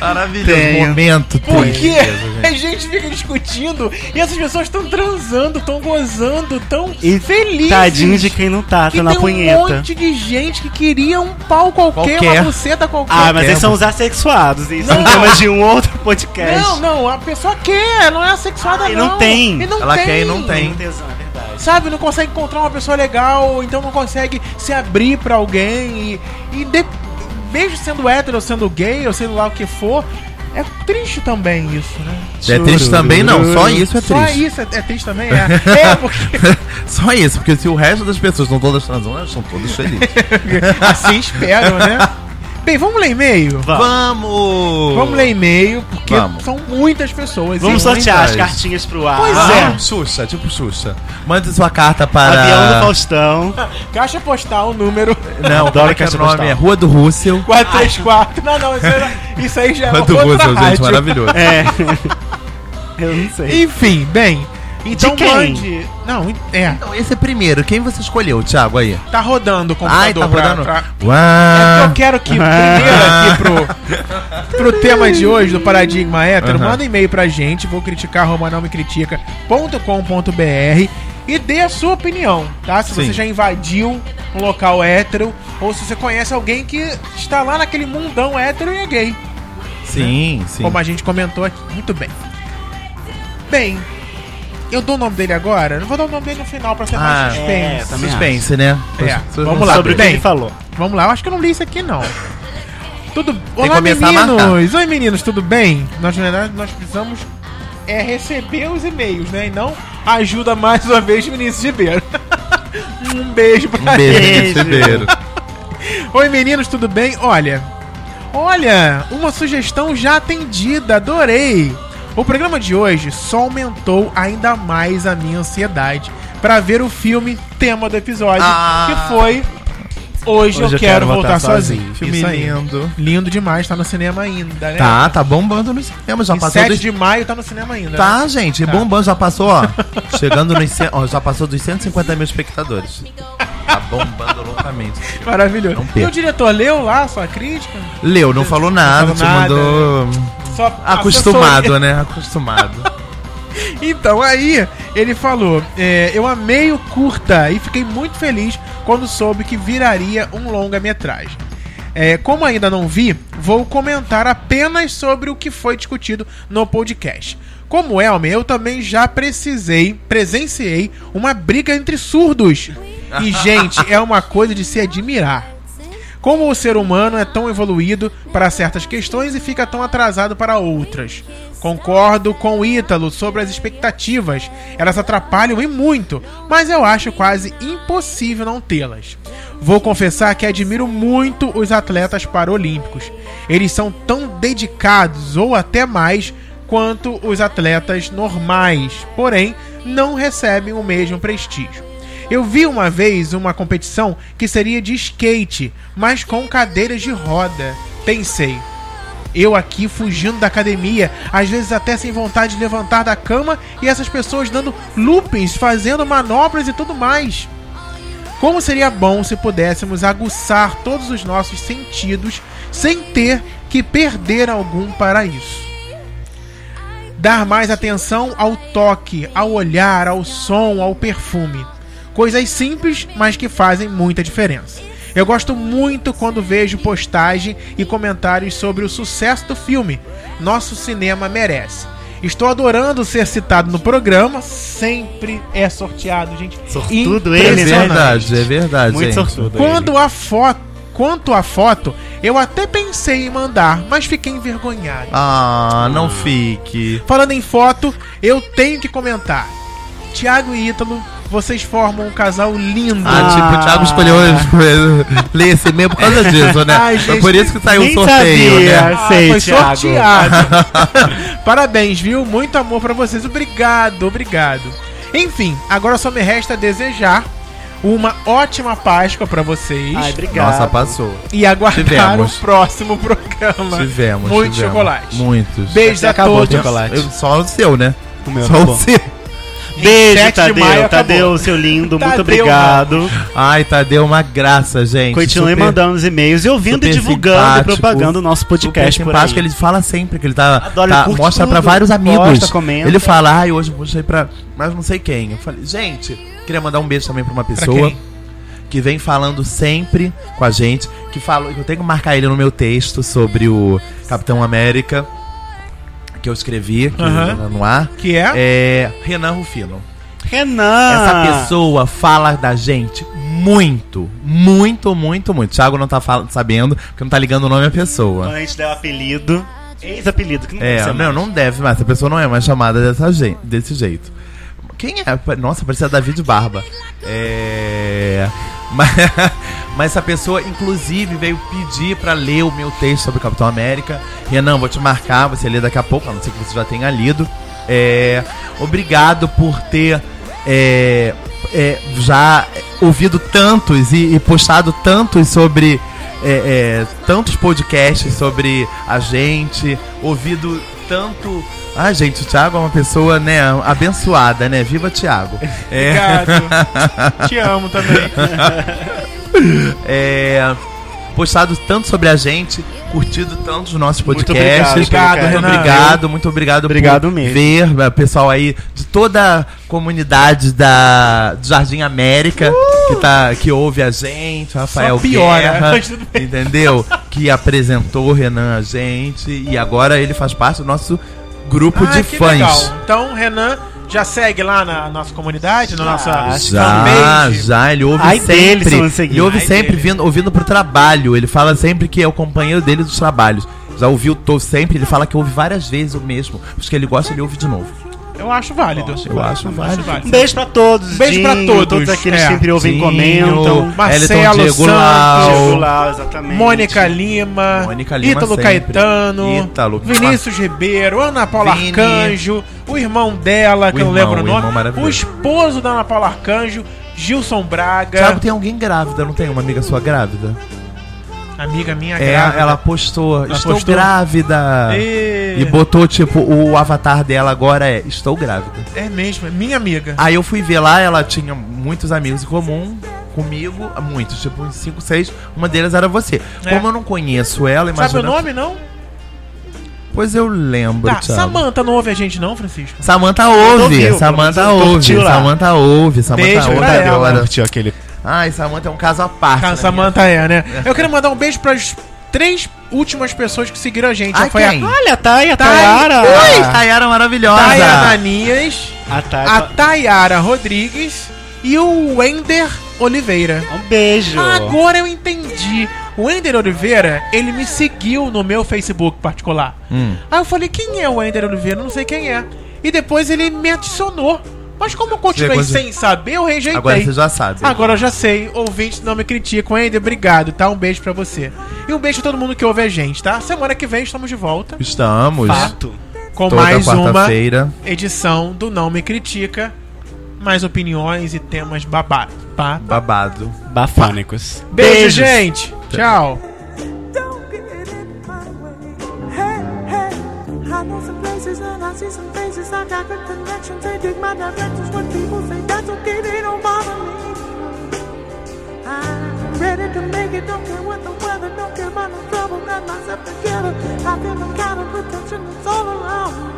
Speaker 3: Maravilhoso.
Speaker 2: Tenho.
Speaker 3: Momento
Speaker 1: Porque
Speaker 3: triste.
Speaker 1: a gente fica discutindo e essas pessoas estão transando, estão gozando, estão
Speaker 2: E
Speaker 1: felizes.
Speaker 2: Tadinho de quem não tá,
Speaker 1: que
Speaker 2: tá na
Speaker 1: tem
Speaker 2: punheta.
Speaker 1: um monte de gente que queria um pau qualquer,
Speaker 3: Qualquer.
Speaker 1: uma buceta qualquer.
Speaker 2: Ah, mas
Speaker 3: Qualquer
Speaker 2: eles são os assexuados. Isso é um
Speaker 1: Não.
Speaker 2: tema de um outro podcast.
Speaker 1: Não, não, a pessoa quer, não é assexuada,
Speaker 2: Ah, e não tem.
Speaker 1: E não
Speaker 3: Ela
Speaker 1: tem.
Speaker 3: quer e não tem.
Speaker 2: tesão, é verdade.
Speaker 1: Sabe, não consegue encontrar uma pessoa legal, então não consegue se abrir pra alguém. E, e de- mesmo sendo hétero, ou sendo gay, ou sendo lá o que for, é triste também isso, né?
Speaker 3: É triste também, não. Só isso é
Speaker 1: Só
Speaker 3: triste.
Speaker 1: isso é, é triste também? É, é porque
Speaker 3: Só isso, porque se o resto das pessoas estão todas transando, elas são todas felizes.
Speaker 1: assim esperam, né? Bem, vamos ler e-mail?
Speaker 2: Vamos,
Speaker 3: Vamos!
Speaker 1: Vamos ler e-mail, porque
Speaker 3: Vamos.
Speaker 1: são muitas pessoas.
Speaker 2: vamos
Speaker 1: e
Speaker 2: sortear
Speaker 3: muitas.
Speaker 2: as cartinhas pro ar.
Speaker 1: Pois
Speaker 3: Ah,
Speaker 1: é.
Speaker 3: tipo Xuxa, tipo Xuxa. Mande sua carta
Speaker 2: Avião do
Speaker 3: para.
Speaker 2: Faustão.
Speaker 1: Caixa postal, número
Speaker 3: Não,
Speaker 2: Adoro
Speaker 3: como é que é
Speaker 2: caixa
Speaker 3: o nome?
Speaker 2: postal.
Speaker 3: É Rua do Russell.
Speaker 1: 434. Não, não, isso, era- isso aí já é
Speaker 3: Rua
Speaker 1: uma
Speaker 3: do
Speaker 1: outra
Speaker 3: Russell, gente,
Speaker 1: rádio.
Speaker 3: maravilhoso.
Speaker 2: É. Eu não sei.
Speaker 1: Enfim, bem. Então
Speaker 2: quem?
Speaker 1: mande. Não, é.
Speaker 3: Então, esse é primeiro. Quem você escolheu, Thiago, aí?
Speaker 1: Tá rodando o computador.
Speaker 3: Ai, tá
Speaker 1: pra-
Speaker 3: rodando.
Speaker 1: pra- É que
Speaker 3: Uau!
Speaker 1: eu quero que
Speaker 3: Ah.
Speaker 1: primeiro aqui pro, pro tema de hoje do Paradigma Hétero,
Speaker 3: Aham.
Speaker 1: manda e-mail pra gente, vou criticar, arroba não me critica.com.br e dê a sua opinião, tá? Se
Speaker 3: Sim.
Speaker 1: você já invadiu um local hétero ou se você conhece alguém que está lá naquele mundão hétero e é gay.
Speaker 3: Sim, sim.
Speaker 1: como é a gente comentou aqui. Muito bem. Bem, eu dou o nome dele agora? Não vou dar o nome dele no final pra ser
Speaker 3: Ah,
Speaker 1: mais
Speaker 2: é,
Speaker 1: suspense.
Speaker 2: também
Speaker 3: Suspense, né?
Speaker 1: É,
Speaker 3: Vocês não
Speaker 1: vamos lá,
Speaker 3: sabem.
Speaker 2: Sobre o que
Speaker 1: bem.
Speaker 2: ele falou.
Speaker 1: Vamos lá, eu acho que eu não li isso aqui não. Tudo
Speaker 3: que
Speaker 1: Olá
Speaker 3: começar a marcar.
Speaker 1: meninos. Oi meninos, tudo bem? Nós na verdade nós precisamos é receber os e-mails, né? E não ajuda mais uma vez Vinícius Ribeiro. um beijo pra
Speaker 3: Um beijo,
Speaker 2: Beijo.
Speaker 3: Vinícius Ribeiro.
Speaker 1: Oi meninos, tudo bem? Olha, olha, uma sugestão já atendida, adorei. O programa de hoje só aumentou ainda mais a minha ansiedade pra ver o filme tema do episódio,
Speaker 3: Ah.
Speaker 1: que foi Hoje, eu, quero, voltar, sozinho.
Speaker 3: Filme
Speaker 1: Isso aí.
Speaker 3: lindo.
Speaker 1: Lindo demais, tá no cinema ainda, né?
Speaker 3: Tá, tá bombando nos cinemas. Já
Speaker 1: E
Speaker 3: passou
Speaker 1: 7
Speaker 3: dos...
Speaker 1: de maio tá no cinema ainda. né?
Speaker 3: Tá, gente,
Speaker 1: Tá.
Speaker 3: bombando. Já passou, ó. chegando nos... cem- Ó, já passou dos 150 mil espectadores. Tá bombando loucamente.
Speaker 1: Maravilhoso.
Speaker 3: Não
Speaker 1: E
Speaker 3: perca.
Speaker 1: o diretor leu lá a sua crítica?
Speaker 3: Leu, não falou
Speaker 1: falou
Speaker 3: nada, te
Speaker 1: nada. Ah,
Speaker 3: mandou...
Speaker 1: Só
Speaker 3: Acostumado, né? Acostumado.
Speaker 1: Então, aí ele falou: é, Eu amei o curta e fiquei muito feliz quando soube que viraria um longa-metragem. É, como ainda não vi, vou comentar apenas sobre o que foi discutido no podcast. Como Elmer, eu também já precisei, presenciei uma briga entre surdos. E, gente, é uma coisa de se admirar. Como o ser humano é tão evoluído para certas questões e fica tão atrasado para outras. Concordo com o Ítalo sobre as expectativas. Elas atrapalham e muito, mas eu acho quase impossível não tê-las. Vou confessar que admiro muito os atletas paralímpicos. Eles são tão dedicados ou até mais quanto os atletas normais, porém não recebem o mesmo prestígio. Eu vi uma vez uma competição que seria de skate, mas com cadeiras de roda. Pensei. Eu aqui fugindo da academia, às vezes até sem vontade de levantar da cama e essas pessoas dando loopings, fazendo manobras e tudo mais. Como seria bom se pudéssemos aguçar todos os nossos sentidos sem ter que perder algum para isso dar mais atenção ao toque, ao olhar, ao som, ao perfume. Coisas simples, mas que fazem muita diferença. Eu gosto muito quando vejo postagem e comentários sobre o sucesso do filme. Nosso cinema merece. Estou adorando ser citado no programa. Sempre é sorteado, gente.
Speaker 2: Sortudo
Speaker 3: É
Speaker 2: ele, né?
Speaker 3: verdade, é verdade.
Speaker 2: Muito
Speaker 3: gente.
Speaker 2: sortudo.
Speaker 1: Quando a foto, quanto à foto, eu até pensei em mandar, mas fiquei envergonhado.
Speaker 3: Ah, não fique.
Speaker 1: Falando em foto, eu tenho que comentar. Tiago e Ítalo, vocês formam um casal lindo.
Speaker 3: Ah, tipo, o Thiago escolheu ler esse e-mail por causa disso, né?
Speaker 1: Ai,
Speaker 3: Foi
Speaker 1: gente,
Speaker 3: por isso que saiu o
Speaker 2: nem
Speaker 3: sorteio,
Speaker 2: sabia.
Speaker 3: né?
Speaker 1: Ah,
Speaker 2: Sei,
Speaker 1: foi
Speaker 2: Thiago.
Speaker 1: sorteado. Parabéns, viu? Muito amor pra vocês. Obrigado, obrigado. Enfim, agora só me resta desejar uma ótima Páscoa pra vocês
Speaker 2: Ai, obrigado.
Speaker 3: Nossa, passou.
Speaker 1: e aguardar
Speaker 3: tivemos.
Speaker 1: o próximo programa.
Speaker 3: Tivemos.
Speaker 1: Muito
Speaker 3: tivemos.
Speaker 1: chocolate.
Speaker 3: Muitos.
Speaker 1: Beijos a
Speaker 2: Acabou o
Speaker 1: todos.
Speaker 2: chocolate.
Speaker 3: Eu- Só o seu, né?
Speaker 2: O meu,
Speaker 3: Só
Speaker 2: tá
Speaker 3: o
Speaker 2: bom.
Speaker 3: seu.
Speaker 2: Beijo,
Speaker 1: 7 de
Speaker 2: Tadeu.
Speaker 1: maio acabou.
Speaker 2: Tadeu, seu lindo, muito
Speaker 1: Tadeu,
Speaker 2: obrigado.
Speaker 3: Ai, Tadeu, uma graça, gente.
Speaker 2: Continue
Speaker 3: Super-
Speaker 2: mandando os e-mails e ouvindo e
Speaker 3: super
Speaker 2: divulgando e
Speaker 3: simpático,
Speaker 2: propagando o nosso
Speaker 3: Super
Speaker 2: podcast por aí.
Speaker 3: simpático, ele fala sempre que ele tá.
Speaker 2: Adoro,
Speaker 3: tá-
Speaker 2: ele curte
Speaker 3: mostra pra
Speaker 2: tudo.
Speaker 3: vários amigos.
Speaker 2: Gosta, comenta.
Speaker 3: Ele fala, ai, hoje mostrei pra. Mas não sei quem. Eu falei, gente, queria mandar um beijo também pra uma pessoa.
Speaker 1: quem?
Speaker 3: que vem falando sempre com a gente, que falou, eu tenho que marcar ele no meu texto sobre o Capitão América que eu escrevi que
Speaker 1: Aham.
Speaker 3: no ar.
Speaker 1: Que é?
Speaker 3: É Renan Rufino.
Speaker 2: Renan!
Speaker 3: Essa pessoa fala da gente muito, muito, muito, muito. Thiago não tá fal- sabendo, porque não tá ligando o nome à pessoa.
Speaker 2: Quando a gente der o apelido. Ex-apelido, que não deve
Speaker 3: É,
Speaker 2: ser
Speaker 3: não,
Speaker 2: mais.
Speaker 3: não deve mais. Essa pessoa não é mais chamada dessa gen- desse jeito. Quem é? Pa- Nossa, parecia Davi de Barba. É. Mas, mas essa pessoa, inclusive, veio pedir pra ler o meu texto sobre o Capitão América. Renan, vou te marcar, você lê daqui a pouco, a não ser que você já tenha lido. É, Obrigado por ter é, é, já ouvido tantos e, e postado tantos sobre é, é, tantos podcasts sobre a gente, ouvido tanto. Ah, gente, o Thiago é uma pessoa, né, abençoada, né? Viva Thiago. É, Um
Speaker 1: Obrigado. Te amo também.
Speaker 3: é, postado tanto sobre a gente, curtido tanto os nossos
Speaker 2: Muito
Speaker 3: podcasts.
Speaker 2: obrigado,
Speaker 3: muito
Speaker 1: Renan.
Speaker 3: obrigado, muito obrigado,
Speaker 2: Obrigado mesmo.
Speaker 3: ver né, o pessoal aí de toda a comunidade da do Jardim América que tá que ouve a gente, Rafael
Speaker 1: piora,
Speaker 3: Guerra,
Speaker 1: mas tudo bem.
Speaker 3: entendeu? Que apresentou o Renan a gente e agora ele faz parte do nosso grupo
Speaker 1: Ah,
Speaker 3: de
Speaker 1: que
Speaker 3: fãs.
Speaker 1: legal. Então, Renan, já segue lá na nossa comunidade, na nossa
Speaker 3: Já, já, ele ouve
Speaker 2: Ai dele, se
Speaker 3: sempre.
Speaker 2: não seguir.
Speaker 3: ele ouve
Speaker 1: Ai
Speaker 3: sempre
Speaker 1: dele.
Speaker 3: vindo, ouvindo pro trabalho. Ele fala sempre que é o companheiro dele dos trabalhos. Já ouviu tô sempre, ele fala que ouve várias vezes o mesmo. Os que ele gosta, ele ouve de novo.
Speaker 1: Eu acho válido.
Speaker 3: eu acho válido.
Speaker 2: Um beijo pra todos.
Speaker 1: Beijo pra todos,
Speaker 2: Todos aqueles
Speaker 1: é.
Speaker 2: que sempre ouvem e
Speaker 3: Dinho,
Speaker 2: comentam.
Speaker 1: Marcelo
Speaker 3: Diego
Speaker 1: Santos,
Speaker 3: Lau,
Speaker 2: Diego Lau, exatamente.
Speaker 1: Mônica Lima,
Speaker 3: Mônica Lima
Speaker 1: Ítalo
Speaker 3: sempre.
Speaker 1: Caetano,
Speaker 3: Ítalo.
Speaker 1: Vinícius Ribeiro, Ana Paula
Speaker 3: Vini.
Speaker 1: Arcanjo, o irmão dela, que eu não
Speaker 3: irmão,
Speaker 1: lembro o
Speaker 3: o irmão
Speaker 1: nome,
Speaker 3: maravilhoso.
Speaker 1: o esposo da Ana Paula Arcanjo, Gilson Braga,
Speaker 3: Thiago, tem alguém grávida, não tem uma amiga sua grávida?
Speaker 1: amiga minha
Speaker 3: É,
Speaker 1: grávida.
Speaker 3: ela postou,
Speaker 1: Ela
Speaker 3: estou
Speaker 1: postou.
Speaker 3: grávida.
Speaker 1: E-
Speaker 3: E botou, tipo, o avatar dela agora é, estou grávida.
Speaker 1: É mesmo, é minha amiga.
Speaker 3: Aí eu fui ver lá, ela tinha muitos amigos em comum comigo, muitos, tipo uns 5, 6. Uma delas era você.
Speaker 1: É.
Speaker 3: Como eu não conheço ela, imagina.
Speaker 1: Sabe o nome, não?
Speaker 3: Pois eu lembro,
Speaker 1: Tá,
Speaker 3: Thiago.
Speaker 1: Samanta não ouve a gente, não, Francisco?
Speaker 3: Samantha
Speaker 2: ouviu,
Speaker 3: ouve,
Speaker 2: pelo
Speaker 3: Samantha
Speaker 2: menos ela
Speaker 3: ouve,
Speaker 2: curtiu lá.
Speaker 3: Samantha ouve, Samantha
Speaker 1: Beijo
Speaker 3: ouve
Speaker 1: pra ela.
Speaker 3: agora.
Speaker 2: Curtiu aquele
Speaker 3: Ai, Samantha é um caso à parte.
Speaker 1: Tá,
Speaker 3: né,
Speaker 1: Samanta é, né? Eu quero mandar um beijo para as três últimas pessoas que seguiram a gente.
Speaker 3: Ai,
Speaker 1: Foi
Speaker 3: quem?
Speaker 1: a
Speaker 2: Olha, tá aí a
Speaker 1: Thay-
Speaker 2: Tayara.
Speaker 3: Oi, Ah. Tayara maravilhosa.
Speaker 1: Taya Ananias,
Speaker 2: A
Speaker 1: a
Speaker 2: Tayara.
Speaker 1: Tayara Rodrigues e o Wender Oliveira.
Speaker 2: Um beijo.
Speaker 1: Agora eu entendi. O Wender Oliveira, ele me seguiu no meu Facebook particular.
Speaker 3: Hum.
Speaker 1: Aí eu falei, quem é o Wender Oliveira? Eu Não sei quem é. E depois ele me adicionou. Mas como eu continuei
Speaker 3: Você-
Speaker 1: sem saber, eu rejeitei.
Speaker 3: Agora você já sabe.
Speaker 1: Agora eu já sei, ouvintes não me criticam, ainda obrigado, tá? Um beijo pra você. E um beijo a todo mundo que ouve a gente, tá? Semana que vem estamos de volta
Speaker 3: Estamos.
Speaker 2: Fato.
Speaker 1: com Tá.
Speaker 3: Toda
Speaker 1: mais uma
Speaker 3: quarta-feira.
Speaker 1: edição do Não Me Critica, mais opiniões e temas babados, tá?
Speaker 3: Babado.
Speaker 2: Bafônicos.
Speaker 1: Beijo, gente! Tchau!
Speaker 4: Don't get in my way. Hey, hey. I know some places and I see some faces. I got good connections. They dig my directions. What people say, that's okay. They don't bother me. I'm ready to make it. Don't care what the weather. Don't care about the trouble. Got myself together. I feel the kind of protection that's all around me.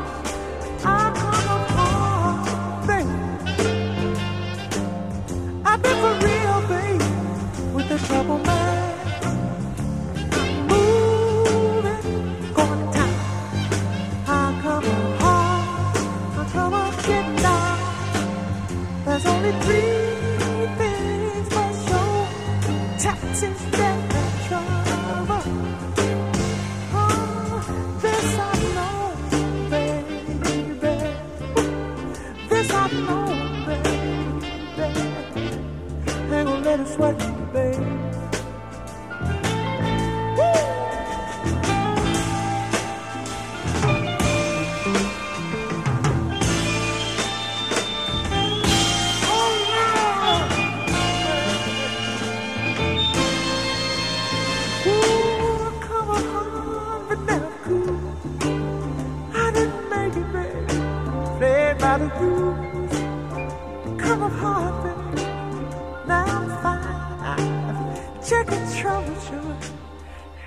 Speaker 4: I come apart, babe. I've been for real, babe. With a trouble man. only three things must show taxes, debt, and trouble. Oh, this I know, baby. This I know, baby. They won't let us sweat, baby. Woo!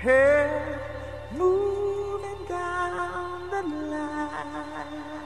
Speaker 4: Head moving down the line. Oh.